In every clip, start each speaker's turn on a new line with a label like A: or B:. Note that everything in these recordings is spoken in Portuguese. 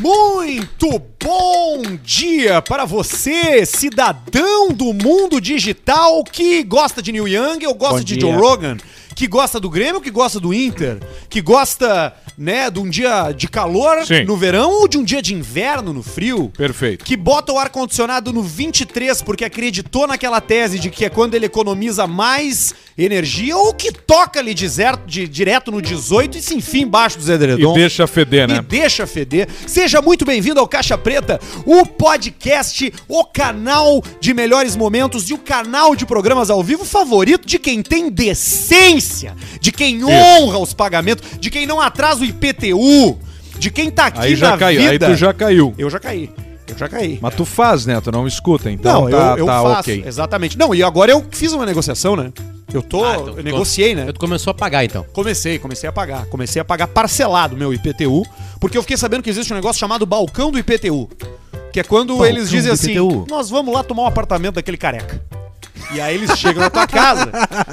A: Muito bom dia para você, cidadão do mundo digital que gosta de Neil Young, eu gosto
B: Bom
A: de
B: dia.
A: Joe Rogan, que gosta do Grêmio, que gosta do Inter, que gosta, né, de um dia de calor
B: Sim.
A: no verão ou de um dia de inverno no frio.
B: Perfeito.
A: Que bota o ar-condicionado no 23 porque acreditou naquela tese de que é quando ele economiza mais energia ou que toca ali deserto, de, direto no 18 e se enfia embaixo do Zé Dredon.
B: E deixa feder,
A: Me
B: né?
A: deixa feder. Seja muito bem-vindo ao Caixa Preta, o podcast, o canal de melhores momentos e o canal de programas ao vivo favorito de quem tem decência, de quem honra os pagamentos, de quem não atrasa o IPTU, de quem tá aqui
B: Aí já
A: na
B: caiu,
A: vida.
B: aí tu já caiu.
A: Eu já caí. Eu já caí.
B: Mas tu faz, né? Tu não escuta, então tá, tá ok.
A: exatamente. Não, e agora eu fiz uma negociação, né? Eu tô,
C: Ah, então
A: eu
C: tu
A: negociei,
C: come-
A: né?
C: Tu começou a pagar, então.
A: Comecei, comecei a pagar. Comecei a pagar parcelado meu IPTU, porque eu fiquei sabendo que existe um negócio chamado balcão do IPTU. Que é quando
C: Balcão
A: eles dizem
C: do
A: assim:
C: IPTU.
A: nós vamos lá tomar um apartamento daquele careca. E aí eles chegam na tua casa.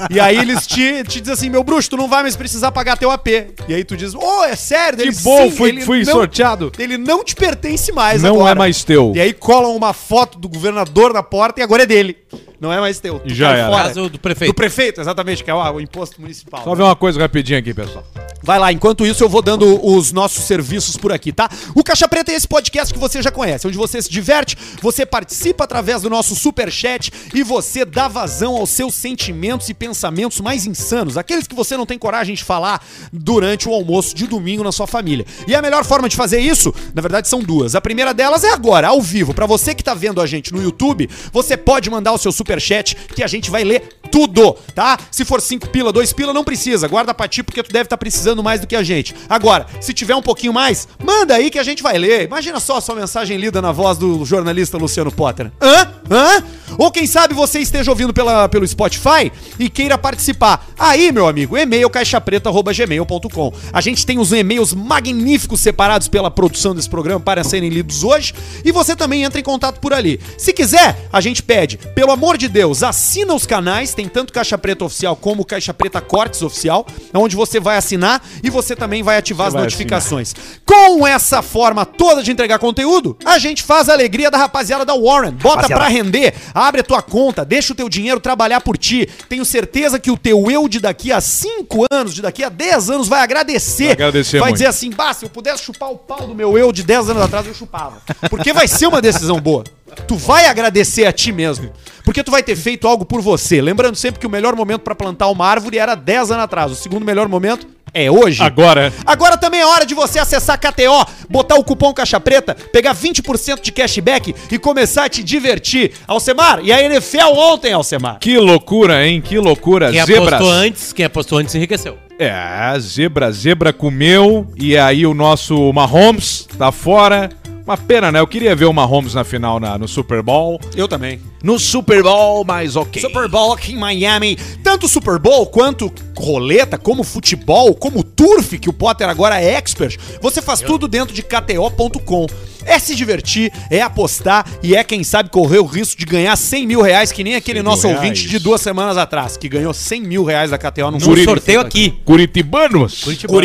A: E aí eles te, te dizem assim: meu bruxo, tu não vai mais precisar pagar teu AP. E aí tu diz: ô, é sério?
B: Que
A: Ele,
B: bom,
A: sim,
B: fui,
A: ele
B: fui
A: não-
B: sorteado.
A: Ele não te pertence mais
B: Não
A: agora.
B: é mais teu.
A: E aí colam uma foto do governador na porta e agora é dele. Não é mais teu. Tu
B: E já
A: cai
B: era.
A: fora.
C: Caso do prefeito.
A: Do prefeito, exatamente, que é o, o imposto municipal.
B: Só ver uma coisa rapidinho aqui, pessoal.
A: Vai lá, enquanto isso eu vou dando os nossos serviços por aqui, tá? O Caixa Preta é esse podcast que você já conhece, onde você se diverte, você participa através do nosso superchat e você dá vazão aos seus sentimentos e pensamentos mais insanos, aqueles que você não tem coragem de falar durante o almoço de domingo na sua família. E a melhor forma de fazer isso, na verdade, são duas. A primeira delas é agora, ao vivo. Pra você que tá vendo a gente no YouTube, você pode mandar o seu superchat que a gente vai ler tudo, tá? Se for 5 pila, 2 pila, não precisa. Guarda pra ti, porque tu deve estar precisando mais do que a gente. Agora, se tiver um pouquinho mais, manda aí que a gente vai ler. Imagina só a sua mensagem lida na voz do jornalista Luciano Potter. Hã? Hã? Ou quem sabe você esteja ouvindo pela, pelo Spotify e queira participar. Aí, meu amigo, e-mail caixapreta.gmail.com. A gente tem os e-mails magníficos separados pela produção desse programa para serem lidos hoje. E você também entra em contato por ali. Se quiser, a gente pede, pelo amor de Deus, assina os canais, tem tanto Caixa Preta Oficial como Caixa Preta Cortes Oficial, onde você vai assinar e você também vai ativar
B: Você
A: as
B: vai
A: notificações. Com essa forma toda de entregar conteúdo, a gente faz a alegria da rapaziada da Warren. Bota pra render, abre a tua conta, deixa o teu dinheiro trabalhar por ti. Tenho certeza que o teu eu de daqui a 5 anos, de daqui a 10 anos, vai agradecer.
B: Vai agradecer
A: Vai
B: muito.
A: dizer assim, bah, se eu pudesse chupar o pau do meu eu de 10 anos atrás, eu chupava. Porque vai ser uma decisão boa. Tu vai agradecer a ti mesmo. Porque tu vai ter feito algo por você. Lembrando sempre que o melhor momento pra plantar uma árvore era 10 anos atrás. O segundo melhor momento é hoje.
B: Agora,
A: Agora também é hora de você acessar a KTO, botar o cupom Caixa Preta, pegar 20% de cashback e começar a te divertir. Alcemar, e a NFL ontem, Alcemar?
B: que loucura, hein? Que loucura.
C: Quem
B: Zebras.
C: apostou antes, quem apostou antes enriqueceu.
B: É, zebra, zebra comeu. E aí o nosso Mahomes tá fora. Uma pena, né? Eu queria ver o Mahomes na final na- no Super Bowl.
A: Eu também.
B: No Super Bowl, mas ok.
A: Super Bowl aqui em Miami. Tanto Super Bowl quanto roleta, como futebol, como turf, que o Potter agora é expert. Você faz tudo dentro de KTO.com. É se divertir, é apostar e é, quem sabe, correr o risco de ganhar 100 mil reais, que nem aquele
B: 100 mil
A: nosso ouvinte
B: reais.
A: de duas semanas atrás, que ganhou 100 mil reais da KTO num
C: Num
A: sorteio.
C: sorteio aqui.
B: Curitibanos.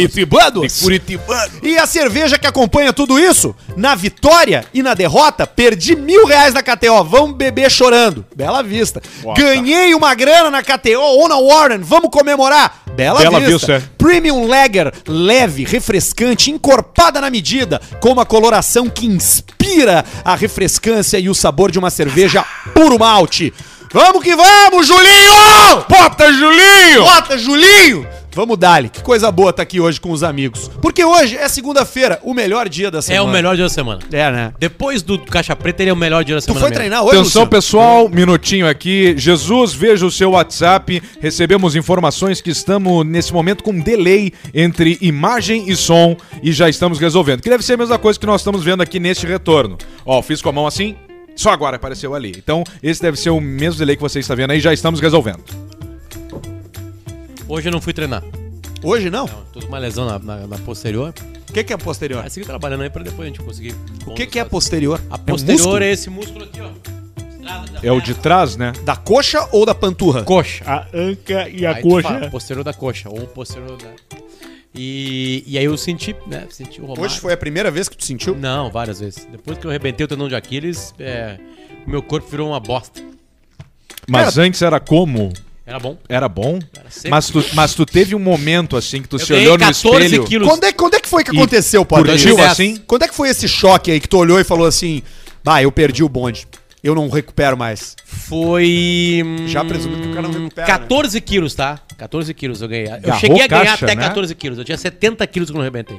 A: Curitibanos.
B: Curitibanos.
A: E a cerveja que acompanha tudo isso? Na vitória e na derrota, perdi mil reais na KTO. Vamos beber chorando. Bela Vista.
B: Uau,
A: Ganhei uma grana na KTO ou na Warren. Vamos comemorar. Bela,
B: Bela
A: Vista.
B: Vista.
A: Premium Lager, leve, refrescante, encorpada na medida, com uma coloração que inspira a refrescância e o sabor de uma cerveja puro malte. Vamos que vamos, Julinho!
B: Bota, Julinho!
A: Bota, Julinho! Vamos, Dali. Que coisa boa tá aqui hoje com os amigos. Porque hoje é segunda-feira, o melhor dia da
C: É
A: semana.
C: o melhor dia da semana.
A: É, né?
C: Depois do Caixa Preta, ele é o melhor dia da
A: Tu
C: semana.
A: foi
C: mesmo.
A: treinar hoje,
B: Atenção
A: Luciano?
B: pessoal, minutinho aqui. Jesus, veja o seu WhatsApp. Recebemos informações que estamos nesse momento com delay entre imagem e som e já estamos resolvendo. Que deve ser a mesma coisa que nós estamos vendo aqui neste retorno. Ó, fiz com a mão assim, só agora apareceu ali. Então, esse deve ser o mesmo delay que você está vendo aí, já estamos resolvendo.
C: Hoje eu não fui treinar.
A: Hoje não?
C: Não, Tô com uma lesão na, na- na posterior.
A: O que, que é posterior?
C: Mas sigo trabalhando aí pra depois a gente conseguir.
A: O que, que é posterior?
C: A
A: é,
C: posterior
A: músculo?
C: é, esse músculo aqui, ó. Estrada da
B: É o de trás, né?
A: Da coxa ou da panturra?
C: coxa.
D: A anca e a
C: Aí tu
D: coxa. é.
C: fala, posterior da coxa. Ou posterior da. E, e aí eu senti, né? Senti o Romário.
A: Hoje foi a primeira vez que tu sentiu?
C: Não, várias vezes. Depois que eu arrebentei o tendão de Aquiles, é, o meu corpo virou uma bosta.
B: Mas antes era como?
C: Era bom.
B: Era bom?
C: Era seco.
B: mas, tu, mas tu teve um momento assim que tu
C: eu
B: se olhou no
C: ganhei
B: espelho.
C: quilos.
A: Quando é, quando é que foi que
B: E
A: aconteceu,
B: curtiu
A: Potter?
B: assim?
A: Quando é que foi esse choque aí que tu olhou e falou assim: Bah, eu perdi o bonde. Eu não recupero mais.
C: Foi. hum,
A: Já presumindo que o cara não recupera,
C: 14 quilos, tá? 14 quilos eu ganhei. Eu
B: Agarrou
C: cheguei a ganhar
B: caixa,
C: até
B: né?
C: 14 quilos. Eu tinha 70 quilos quando eu arrebentei.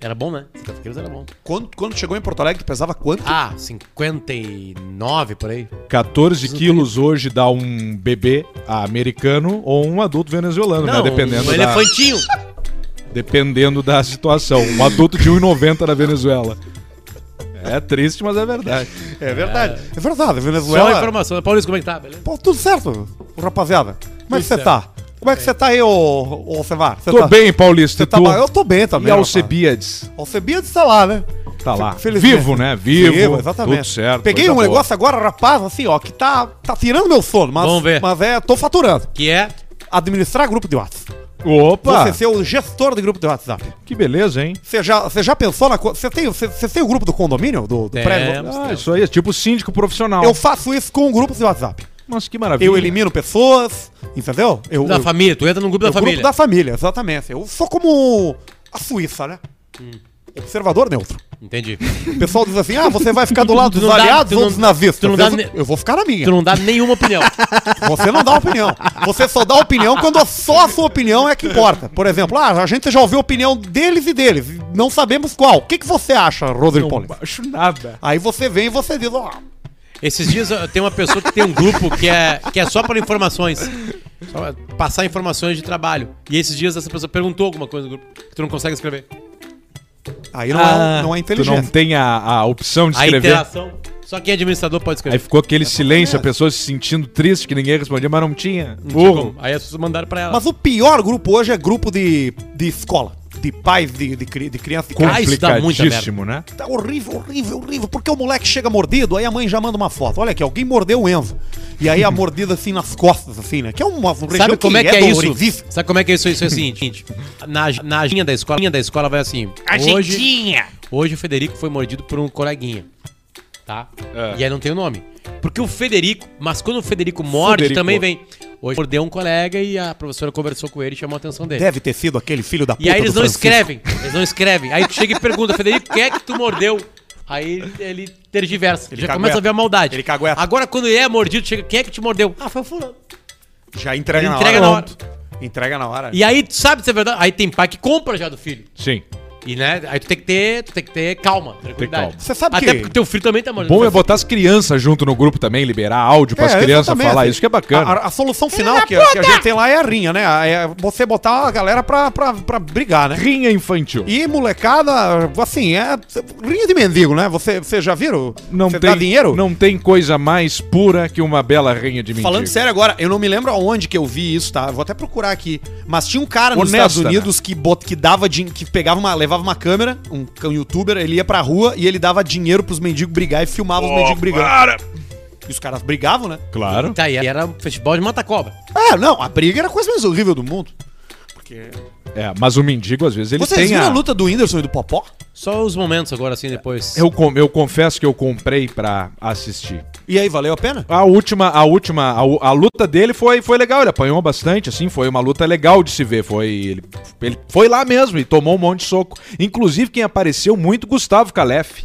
C: Era bom, né? 70 quilos era bom.
A: Quando, quando chegou em Porto Alegre, tu pesava quanto?
C: Ah, 59 por aí.
B: 14 quilos hoje dá um bebê americano ou um adulto venezuelano, né? Dependendo,
C: um
B: da,
C: elefantinho.
B: dependendo da situação. Um adulto de 1,90 na Venezuela. É triste, mas é verdade.
A: É verdade. É verdade,
C: Só
A: Venezuela.
C: a informação. Paulinho, como é que tá, beleza?
A: Pô, tudo certo, rapaziada. Como é que
C: Tudo
A: você
C: certo.
A: tá? Como é que você tá aí, ô, ô Semar? Você
B: Tô
A: tá-
B: bem, Paulista.
A: Você
B: E
A: tá
B: tu?
A: bem? Eu tô bem também.
B: e
A: rapaz.
B: Alcebiades?
A: Alcebiades tá lá, né?
B: Tá lá.
A: Felizmente.
B: Vivo, né? Vivo.
A: exatamente.
B: Tudo certo.
A: Peguei
B: coisa
A: um
B: boa.
A: negócio agora, rapaz, assim, ó, que tá, tá tirando meu sono, mas,
C: Vamos ver.
A: mas é, tô faturando.
C: Que é.
A: Administrar grupo de WhatsApp.
B: Opa!
A: Você ser o gestor de grupo de WhatsApp.
B: Que beleza, hein?
A: Você já, você já pensou na coisa? Você tem, você, você tem o grupo do condomínio? Do, do
C: Temos.
A: prédio?
B: Ah, isso aí é tipo síndico profissional.
A: Eu faço isso com grupos de WhatsApp.
B: Nossa, que maravilha.
A: Eu elimino pessoas, entendeu? Eu,
C: Da
A: eu-
C: família. Tu entra no
B: É
C: grupo da
A: O
C: família.
A: grupo da família, exatamente. Eu sou como a Suíça, né?
C: Hum.
A: Observador neutro.
C: Entendi.
A: O pessoal diz assim: ah, você vai ficar do lado
C: Tu
A: dos
C: não dá-
A: aliados
C: tu
A: ou
C: não-
A: dos nazistas?
C: tu não
A: Às
C: dá
A: vezes
C: ne-
A: eu, eu vou ficar na minha.
C: tu não dá nenhuma opinião.
A: Você não dá opinião. Você só dá opinião quando só a sua opinião é que importa. Por exemplo, ah, a gente já ouviu a opinião deles e deles. e Não sabemos qual. O que, que você acha, Rodrigo
B: Não
A: Poli?
B: baixo nada.
A: Aí você vem e você diz: ó,
C: Esses dias ó, tem uma pessoa que tem um grupo que é, que é só para informações. Só pra passar informações de trabalho. E esses dias essa pessoa perguntou alguma coisa no grupo que tu não consegue escrever.
A: aí não,
B: Ah,
A: é, não é
B: Tu não
A: inteligência.
B: tem a, a opção de
C: A
B: escrever.
C: interação. Só quem é administrador pode
B: Aí
C: escrever.
B: ficou
A: É
B: aquele silêncio, a pessoa se sentindo triste que ninguém respondia, mas não tinha.
C: Não tinha
B: Burro.
C: como. Tipo, Aí as pessoas mandaram pra ela.
A: Mas o pior grupo hoje é grupo de, de escola. De pais, de, de, cri- de criança. de
C: Ah, isso dá muita
B: Complicadíssimo, né?
A: Tá horrível, horrível, horrível. Porque o moleque chega mordido, aí a mãe já manda uma foto. Olha aqui, alguém mordeu o Enzo. E aí a mordida assim nas costas, assim, né? Que é uma região
C: Sabe como é que é, isso?
A: doloridíssima.
C: Sabe como é que é isso? Isso é o seguinte, na, na aginha da escola, a aginha da escola vai assim. Hoje, hoje o Federico foi mordido por um coleguinha. Tá?
B: É.
C: E aí não tem o nome. Porque o Federico, mas quando o Federico morde,
B: Federico.
C: também vem. Hoje mordeu um colega e a professora conversou com ele e chamou a atenção
B: É,
C: dele.
A: Deve ter sido aquele filho da puta
C: E aí eles
A: do
C: não
A: Francisco.
C: escrevem, eles não escrevem. Aí tu chega e pergunta, Federico, quem é que tu mordeu? Aí ele tergiversa,
A: Ele
C: já
A: cagueta.
C: começa a ver a maldade.
A: Ele cagueta.
C: Agora quando ele é mordido, chega, quem é que te mordeu? Ah, foi o fulano.
A: Já entrega, na
C: Entrega na
A: hora.
C: hora.
A: Entrega na hora.
C: E aí tu sabe se é verdade, aí tem pai que compra já do filho.
B: Sim.
C: E né, aí tu tem que ter, tu tem que ter calma, tranquilidade.
B: calma.
A: Você sabe
C: Até
A: que-
C: porque teu filho também tá mordendo.
B: Bom é botar as crianças junto no grupo também, liberar áudio pras crianças
A: É, exatamente.
B: falar. Isso que é bacana.
A: A, a- a solução final que, que a gente tem lá é a rinha, né? É você botar a galera pra, pra, pra brigar, né?
B: Rinha infantil.
A: E molecada, assim, é rinha de mendigo, né? Você, você já viram?
B: Não
A: você
B: tem
A: dá dinheiro?
B: Não tem coisa mais pura que uma bela rinha de mentira.
A: Falando sério agora, eu não me lembro aonde que eu vi isso, tá? Eu Vou até procurar aqui. Mas tinha um cara nos
B: Honesta,
A: Estados Unidos que, bot, que dava din- que pegava uma, levava uma câmera, um, um youtuber, ele ia pra rua e ele dava dinheiro pros mendigos brigar e filmava os
B: Oh,
A: mendigos brigando. E os caras brigavam, né?
B: Claro.
C: Tá, e era um festival de mata-cobra.
A: É, não, a briga era a coisa mais horrível do mundo.
B: É, mas o mendigo, às vezes, ele
A: Vocês
B: tem
A: viram
B: a...
A: a luta do Whindersson e do Popó?
C: Só os momentos agora, assim, depois.
B: Eu, com- eu confesso que eu comprei pra assistir.
A: E aí, valeu a pena?
B: A última, a última, a, u- a luta dele foi, foi legal, ele apanhou bastante, assim, foi uma luta legal de se ver, foi, ele, ele foi lá mesmo e tomou um monte de soco. Inclusive, quem apareceu muito, Gustavo Calef,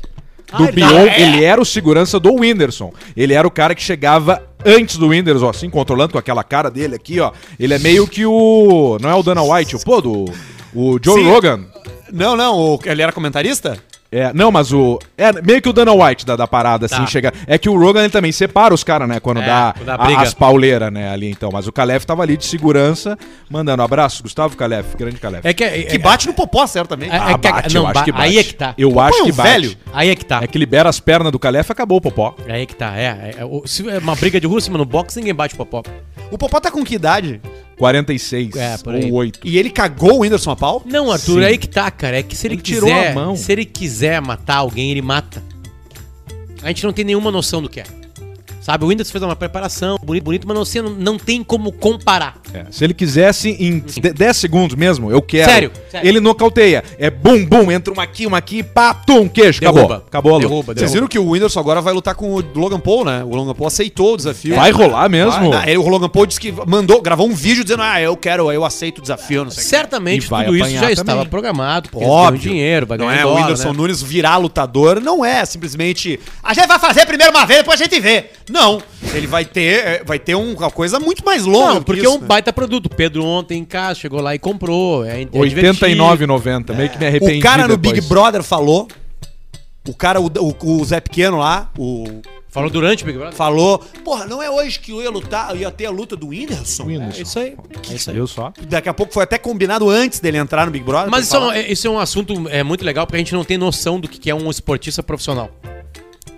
A: Ah,
B: do
A: ele- tá- É?
B: Bion, ele era o segurança do Whindersson, ele era o cara que chegava antes do Whindersson, assim, controlando com aquela cara dele aqui, ó, ele é meio que o, não é o Dana White, o, pô, do, o Joe
A: Sim.
B: Rogan.
A: Não, não, o- ele era comentarista?
B: É, não, mas o. É meio que o Dana White da, da parada, assim,
C: Tá.
B: chega. É que o Rogan ele também separa os caras, né? Quando
C: É,
B: dá,
C: quando dá
B: a-
C: briga.
B: as pauleiras, né? Ali então. Mas o Calef tava ali de segurança, mandando um abraço, Gustavo Calef, grande Ah, Calef.
C: É que. É,
A: Que bate no Popó, certo também.
C: É, é, que, não, ba- Aí é que tá.
B: Eu acho
A: é um
B: que bate.
A: velho.
C: Aí é que tá.
B: É que libera as pernas do Calef e acabou o popó.
C: Aí é que tá. É, é, é, o- se é uma briga de rua, assim, mano, no boxe ninguém bate popó.
A: O Popó tá com que idade?
B: 46
C: É, por aí.
B: ou 8.
A: E ele cagou o Whindersson a pau?
C: Não, Arthur,
B: Sim.
C: aí que tá, cara. É que se ele,
B: Ele
C: quiser.
B: tirou a mão.
C: Se ele quiser matar alguém, ele mata. A gente não tem nenhuma noção do que é. Sabe, o Windows fez uma preparação bonito, bonito mas não, você não, não tem como comparar.
B: É, se ele quisesse em de- 10 segundos mesmo, eu quero.
C: Sério, sério.
B: Ele nocauteia. É bum, bum, entra uma aqui, uma aqui, pá, tum, queixo.
C: Derruba.
B: Acabou. Acabou a luta.
C: Derruba,
A: Vocês viram que o Whindersson agora vai lutar com o Logan Paul, né? O Logan Paul aceitou o desafio.
B: Vai rolar mesmo?
A: Vai, né? Ele- o Logan Paul disse que mandou, gravou um vídeo dizendo: Ah, eu quero, eu aceito o desafio, não sei o quê.
C: Certamente
B: E vai
C: tudo isso já
B: apanhar
C: estava
B: também.
C: programado, porque
A: Óbvio.
C: eles ganham dinheiro, vai
A: Não
C: ganhar
A: é o
C: dólar,
A: Whindersson
C: né?
A: Nunes virar lutador, não é simplesmente. A gente vai fazer primeiro uma vez, depois a gente vê. Não. Ele vai ter, é, vai ter um- uma coisa muito mais longa.
C: Não,
A: que
C: porque é
A: isso,
C: um
A: né?
C: baita produto. O Pedro ontem em casa chegou lá e comprou. É, é divertido.
B: 89,90. Meio que me arrependi.
A: O cara no
B: depois.
A: Big Brother falou. O cara, o, o- o Zé Pequeno lá, o.
C: Falou durante o Big Brother?
A: Falou, porra, não é hoje que eu ia lutar, eu ia ter a luta do Whindersson.
C: É isso aí. É isso aí.
B: Viu só?
A: Daqui a pouco foi até combinado antes dele entrar no Big Brother. pra
C: Mas isso é, um,
A: falar.
C: é- isso é um assunto é, muito legal porque a gente não tem noção do que que é um esportista profissional.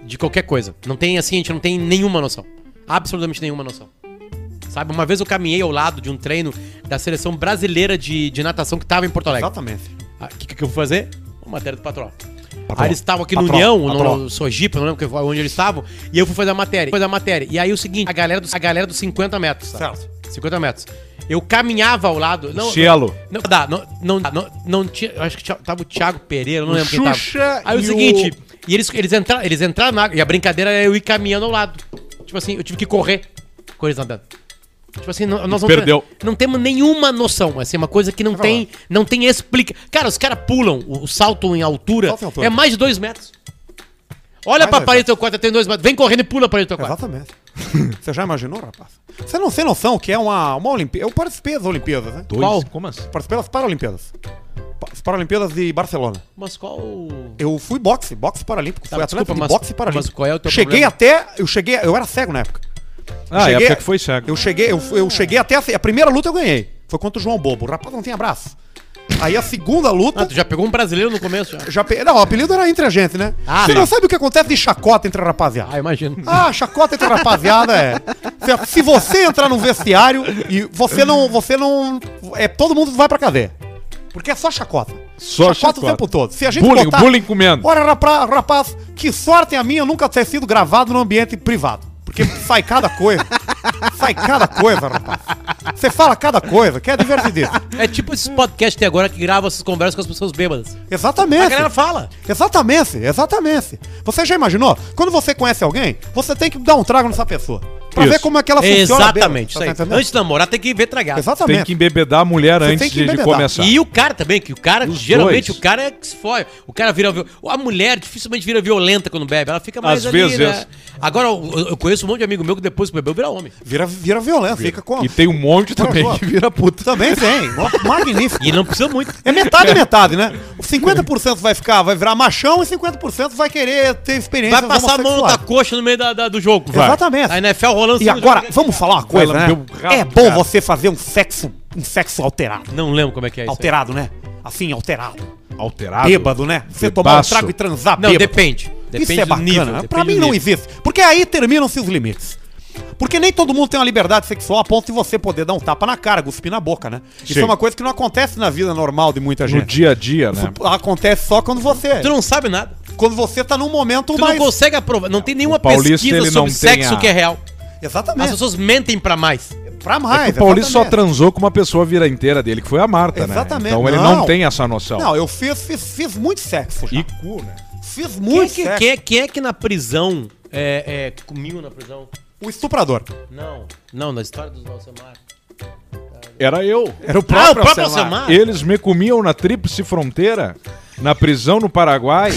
C: De qualquer coisa. Não tem assim, a gente não tem nenhuma noção. Absolutamente nenhuma noção. Sabe, uma vez eu caminhei ao lado de um treino da seleção brasileira de, de natação que tava em Porto Alegre.
A: Exatamente.
C: O que, que eu fui fazer? Uma matéria do patrão. Aí eles estavam aqui no União, no, no Sojipa, não lembro que- onde eles estavam, e eu fui fazer a matéria. Fui fazer a matéria. E aí o seguinte, a galera dos, a galera dos 50 metros. sabe?
A: Certo.
C: 50 metros. Eu caminhava ao lado. Não,
B: Cielo.
C: Não, dá, não, não, não, não tinha. Eu acho que tinha- tava o Thiago Pereira, eu não
B: O
C: lembro quem tava.
B: Xuxa
C: Aí é o
B: e
C: seguinte, e eles, eles, entraram, eles entraram na água, e a brincadeira era eu ir caminhando ao lado. Tipo assim, eu tive que correr com eles andando. Tipo assim, não- nós não,
B: Perdeu.
C: tem- não temos nenhuma noção. Assim, uma coisa que não tem, não tem explica. Cara, os caras pulam, o, o salto em altura,
A: Salto em altura.
C: é mais de dois metros. Olha
A: Mais
C: pra
A: dois
C: parede do teu quarto, tem dois metros. Vem correndo e pula pra parede do teu quarto.
A: Exatamente. Você já imaginou, rapaz? Você não tem noção que é uma, uma Olimpíada. Eu participei das Olimpíadas, né?
B: Dois?
C: Qual?
B: Como assim?
A: Participei das Paralimpíadas. Pa- As Paralimpíadas de Barcelona.
C: Mas qual. o-
A: Eu fui boxe, boxe paralímpico.
C: Tá,
A: fui atleta
C: desculpa,
A: de
C: mas-
A: boxe paralímpico.
C: mas qual é o teu
A: Cheguei
C: problema?
A: até. Eu cheguei. Eu era cego na época.
B: Ah, é
A: Cheguei-
B: a época que foi cego.
A: Eu cheguei, eu, fui- eu cheguei até a, a primeira luta eu ganhei. Foi contra o João Bobo. O rapaz não tem abraço. Aí a segunda luta.
C: Ah, tu já pegou um brasileiro no começo? Já.
A: já pe... Não, o apelido era entre a gente, né?
C: Ah,
A: Você
C: tá.
A: não sabe o que acontece de chacota entre a rapaziada.
C: Ah, imagino.
A: Ah, chacota entre a rapaziada é. Se- Se você entrar num vestiário e você não. Você não. É, todo mundo vai pra cadeia. Porque é só chacota.
B: Só
A: o
B: chacota.
A: tempo todo. Se a gente
B: Bullying, bullying comendo.
A: Ora, rapaz, rapaz, que sorte a minha nunca ter sido gravado no ambiente privado. Porque sai cada coisa. sai cada coisa, rapaz. Você fala cada coisa, que é divertidíssimo.
C: É tipo esses podcasts até agora que gravam essas conversas com as pessoas bêbadas.
A: Exatamente.
C: A galera fala.
A: Exatamente, exatamente. Você já imaginou? Quando você conhece alguém, você tem que dar um trago nessa pessoa. Pra
B: Isso.
A: ver como é que ela funciona.
C: Exatamente.
A: bem,
C: Isso aí.
A: tá entendendo?
C: Antes de namorar, tem que ver tragado.
A: Exatamente.
B: Tem que embebedar a mulher
A: Você tem
B: antes
A: que
B: de, de
A: embebedar.
B: começar.
C: E o cara também, que o cara,
B: Os
C: geralmente
B: dois.
C: o cara é que se foi. O cara vira. vi- A mulher dificilmente vira violenta quando bebe. Ela fica
B: Às
C: mais. ali,
B: vezes.
C: né? Agora, eu, eu conheço um monte de amigo meu que depois que bebeu vira homem.
A: Vira, vira violência, fica com.
B: E tem um monte também que vira puta.
A: Também tem. Magnífico.
C: E ele não precisa muito.
A: É metade e metade, né? O 50% vai ficar, vai virar machão e 50% vai querer ter experiência.
C: Vai passar a mão na coxa no meio da, da- do jogo. vai.
A: Exatamente.
C: A NFL rolando. assim,
A: E agora, vamos falar uma coisa,
B: Ela
A: né?
B: deu um rabo,
A: É bom
B: cara.
A: você fazer um sexo, um sexo alterado.
C: Não lembro como é que é isso. aí.
A: Alterado, né? Assim, alterado.
B: Alterado.
A: Bêbado, né? Você tomar um
B: Bebaço.
A: trago e transar
C: Não,
A: bêbado.
C: depende. Depende
A: Isso é bacana. pra mim não existe. Porque aí terminam-se os limites. Porque nem todo mundo tem uma liberdade sexual a ponto de você poder dar um tapa na cara, cuspir na boca, né? Isso
B: Sim.
A: é uma coisa que não acontece na vida normal de muita
B: No
A: gente.
B: dia a dia, né?
A: Isso acontece só quando você
C: Tu não sabe nada.
A: quando você tá num momento
C: Tu
A: mais
C: não consegue aprovar. Não tem nenhuma
B: paulista,
C: pesquisa
B: ele não
C: sobre sexo
B: tem a-
C: que é real. As
A: exatamente
C: pessoas mentem pra mais.
A: para
B: É
A: mais.
B: que o Paulista só
A: Ah, exatamente.
B: transou com uma pessoa vira inteira dele, que foi a Marta,
A: Exatamente.
B: né? Então ele não
A: Não.
B: tem essa noção.
A: Não, tá eu fiz, fiz, fiz muito sexo. já.
B: E cu, né?
A: Fiz
C: Quem é,
A: muito
C: que,
A: sexo.
C: quem é- quem é que na prisão é, é, comiu na prisão?
A: O estuprador.
C: Não, não, na história dos Valsemar.
B: Era eu.
A: Era o
C: Ah, o
A: próprio,
C: próprio
A: Alcemar.
C: Alcemar.
B: Eles me comiam na tríplice fronteira, na prisão no Paraguai.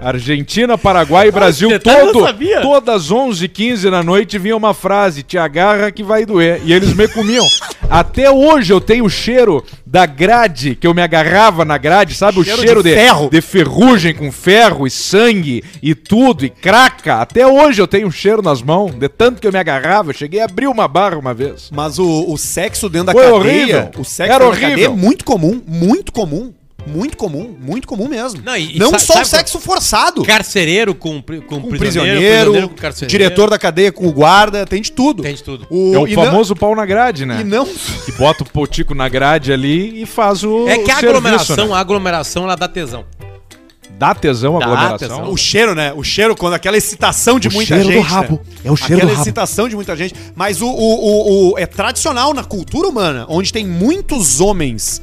B: Argentina, Paraguai e Brasil,
A: Ah,
C: esse detalhe eu
B: todo,
C: não sabia.
B: todas 11 15 da noite vinha uma frase, te agarra que vai doer. E eles me comiam. Até hoje eu tenho o cheiro da grade, que eu me agarrava na grade, sabe?
A: Cheiro
B: o
A: de
B: cheiro de,
A: ferro.
B: de ferrugem com ferro e sangue e tudo, e craca. Até hoje eu tenho um cheiro nas mãos, de tanto que eu me agarrava. Eu cheguei a abrir uma barra uma vez.
A: Mas o, o sexo dentro da
B: Foi
A: cadeia,
B: horrível.
A: o sexo
B: Era
A: dentro da cadeia é
B: horrível.
A: muito comum, muito comum, muito comum, muito comum mesmo.
C: Não, e- e
A: Não
C: sa-
A: só o
C: sabe-
A: sexo forçado,
C: Carcereiro com, pri- com,
A: com
C: prisioneiro,
A: prisioneiro,
C: prisioneiro com carcereiro.
A: diretor da cadeia com o guarda, tem de tudo.
C: Tem de tudo.
A: O,
B: É o
A: e
B: famoso pau na grade, né?
A: Não, e não,
B: Que bota o potico na grade ali e faz o.
C: É que a
B: o serviço,
C: aglomeração,
B: né?
C: a aglomeração, ela dá tesão.
B: dá tesão a
C: Dá
B: aglomeração.
C: tesão.
A: O cheiro, né? O cheiro, quando aquela excitação de
B: O
A: muita
B: cheiro do
A: gente.
B: rabo.
A: né?
B: É o cheiro
A: aquela
B: do rabo.
A: excitação de muita gente. Mas o, o, o- o- é tradicional na cultura humana, onde tem muitos homens,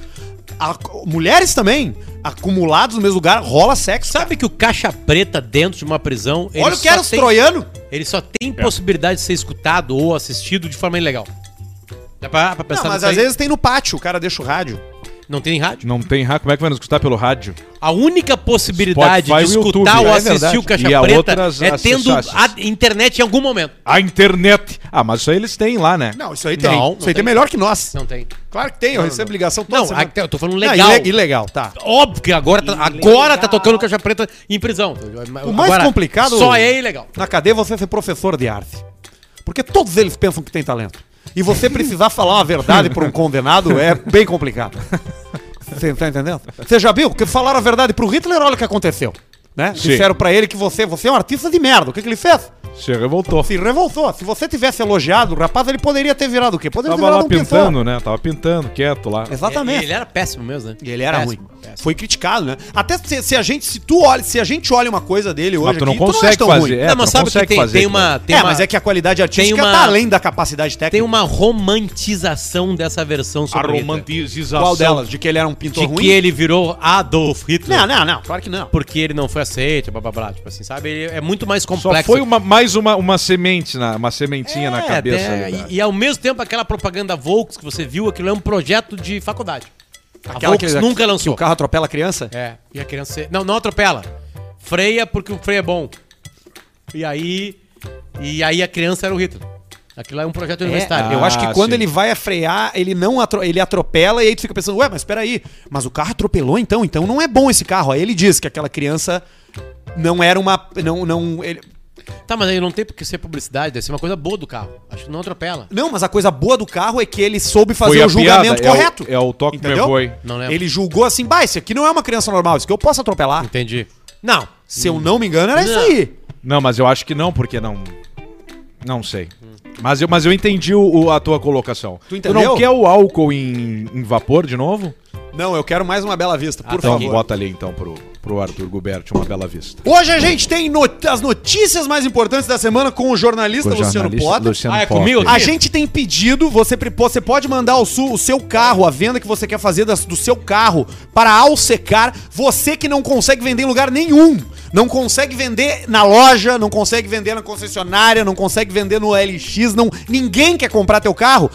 A: ac- mulheres também, acumulados no mesmo lugar, rola sexo.
C: Sabe que o caixa preta dentro de uma prisão. ele
A: Olha o que
C: só
A: era os
C: tem-
A: troianos.
C: Ele só tem possibilidade de ser escutado ou assistido de forma ilegal. Dá pra, pra pensar
A: Não, mas
C: nisso
A: às
C: aí?
A: vezes tem no pátio, o cara deixa o rádio.
C: Não tem rádio?
B: Não tem rádio. Como é que vai nos escutar pelo rádio?
C: A única possibilidade
B: Spotify
C: de
B: e o YouTube.
A: né?
C: escutar
B: É
C: ou assistir
B: verdade.
C: o Caixa
B: E a
C: Preta
B: outras
C: é tendo
B: acessasses.
C: a internet em algum momento.
B: A internet. Ah, mas isso aí eles têm lá, né?
A: Não, isso aí
C: tem.
A: Não, isso aí tem melhor que nós.
C: Não tem.
A: Claro que tem, eu recebo ligação toda
C: Não,
A: semana.
C: aqui eu tô falando
A: Não,
C: legal.
A: ile- ilegal, tá.
C: Óbvio que agora tá, agora tá tocando Caixa Preta em prisão.
A: O mais
C: Agora,
A: complicado-
C: Só é ilegal.
A: Na cadeia você ser professor de arte. Porque todos eles pensam que tem talento. E você precisar falar uma verdade para um condenado é bem complicado. Você tá entendendo? Você já viu? Que falaram a verdade pro Hitler, olha o que aconteceu. Né?
B: Sim.
A: Disseram pra ele que você, você é um artista de merda. O que, que ele fez?
B: Se revoltou.
A: Se revoltou. Se você tivesse elogiado o rapaz, ele poderia ter virado o quê? Poderia ter
B: Tava
A: virado
B: lá pintando, né? Tava pintando, quieto lá.
A: pintor. Exatamente.
C: E Ele era péssimo mesmo, né?
A: E ele era
C: Péssimo,
A: ruim.
C: péssimo.
A: Foi criticado, né? Até se, se a gente, se tu olha, se a gente olha uma coisa dele hoje,
B: Mas tu não
A: aqui, acha
B: consegue
A: tão
B: fazer. É,
C: não,
B: tu não
C: mas sabe que
B: consegue
C: tem,
B: fazer,
C: tem uma... Tem
A: é,
C: uma,
A: mas é que a qualidade artística
C: uma-
A: tá além da capacidade técnica.
C: tem uma romantização dessa versão sobre Hitler.
B: romantização.
A: Qual delas? De que ele era um pintor
C: De
A: ruim?
C: que ele virou Adolf Hitler.
A: Não, não, não. Claro que não.
C: Porque ele não foi aceito, blá blá blá. Tipo assim, sabe? Ele é muito mais
B: Só
C: complexo.
B: foi uma, mais uma, uma semente, na, uma sementinha na
C: É,
B: cabeça.
C: né?
B: ali, né?
C: e, e ao mesmo tempo, aquela propaganda Volks que você viu, aquilo é um projeto de faculdade. a
A: Aquela que
C: Volks
A: ele-
C: nunca
A: é Que
C: lançou.
A: o carro atropela a criança?
C: É, e a criança. se- Não, não atropela. Freia porque o freio é bom. E aí. E aí a criança era o Hitler. Aquilo é um projeto universitário.
A: eu acho que
B: Ah,
A: quando
B: sim.
A: ele vai a frear, ele não atro... ele atropela e aí tu fica pensando, ué, mas peraí, mas o carro atropelou então, então não é bom esse carro. Aí ele diz que aquela criança não era uma. Não, não, ele-
C: Tá, mas aí não tem porque ser publicidade, deve ser uma coisa boa do carro. Acho que não atropela.
A: não, mas a coisa boa do carro é que ele soube
B: Foi
A: fazer
B: a
A: o julgamento
B: piada, é o-
A: correto.
B: é o toque
A: Entendeu?
B: me boi.
C: Não lembro.
A: Ele julgou assim, bah, isso aqui não é uma criança normal, isso que eu posso atropelar.
C: Entendi. Não.
A: Se eu não me engano, era isso
C: Não.
A: aí.
B: Não, mas eu acho que não, porque não. Não sei. Mas eu, mas eu entendi o- o- a tua colocação.
A: Tu entendeu?
B: não quer o álcool em, em vapor de novo?
A: Não, eu quero mais uma bela vista,
C: Ah,
A: por
C: tá
B: então
A: favor.
B: bota ali então pro, pro Arthur Guberti uma bela vista.
A: Hoje a gente tem not- as notícias mais importantes da semana com o jornalista,
B: Com o
A: Luciano
B: jornalista
A: Potter.
B: Luciano
C: tá Ah, é
B: Potter.
C: comigo?
A: A gente tem pedido, você, pre- você pode mandar o, su- o seu carro, a venda que você quer fazer das- do seu carro para a Alsecar. Você que não consegue vender em lugar nenhum. Não consegue vender na loja, não consegue vender na concessionária, não consegue vender no LX, não, ninguém quer comprar teu carro.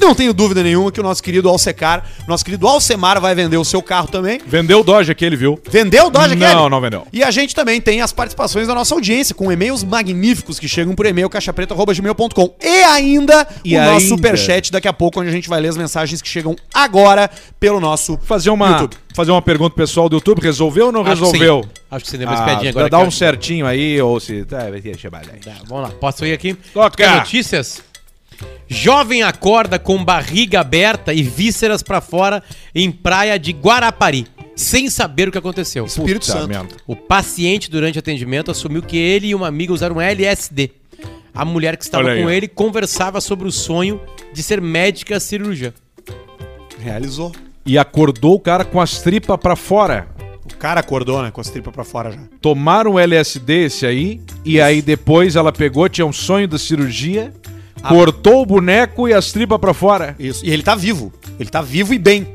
A: Não tenho dúvida nenhuma que o nosso querido Alsecar, nosso querido Alcemar vai vender o seu carro também.
B: Vendeu o Dodge aquele, viu?
A: Vendeu o Dodge
B: Não,
A: Kelly?
B: não vendeu.
A: E a gente também tem as participações da nossa audiência, com e-mails magníficos que chegam por e-mail caixapreta.gmail.com. E ainda
B: E
A: o nosso
B: ainda.
A: superchat daqui a pouco, onde a gente vai ler as mensagens que chegam agora pelo nosso
B: Fazer uma,
A: YouTube.
B: fazer uma pergunta pro pessoal do YouTube, resolveu ou não
C: Acho que
B: resolveu?
C: sim. Acho que sim, depois piadinha agora
B: Dá
C: aqui,
B: um
C: ó.
B: certinho aí, ou se. Tá, vai ter que chamar aí.
C: Tá, vamos lá, posso ir aqui?
B: Toca!
C: Quer notícias? Jovem acorda com barriga aberta e vísceras pra fora em praia de Guarapari, sem saber o que aconteceu.
A: Espírito
B: Puta
A: Santo.
B: Tá, merda.
C: O paciente, durante atendimento, assumiu que ele e uma amiga usaram LSD. A mulher que estava
B: Olha aí,
C: com
B: ó.
C: ele conversava sobre o sonho de ser médica cirurgiã.
A: Realizou.
B: E acordou o cara com as tripas pra fora.
A: O cara acordou, né? Com as tripas pra fora já.
B: Tomaram o LSD esse aí, e aí depois ela pegou, tinha um sonho da cirurgia,
C: Ah.
B: cortou o boneco e as tripas pra fora.
A: Isso. E ele tá vivo. Ele tá vivo e bem.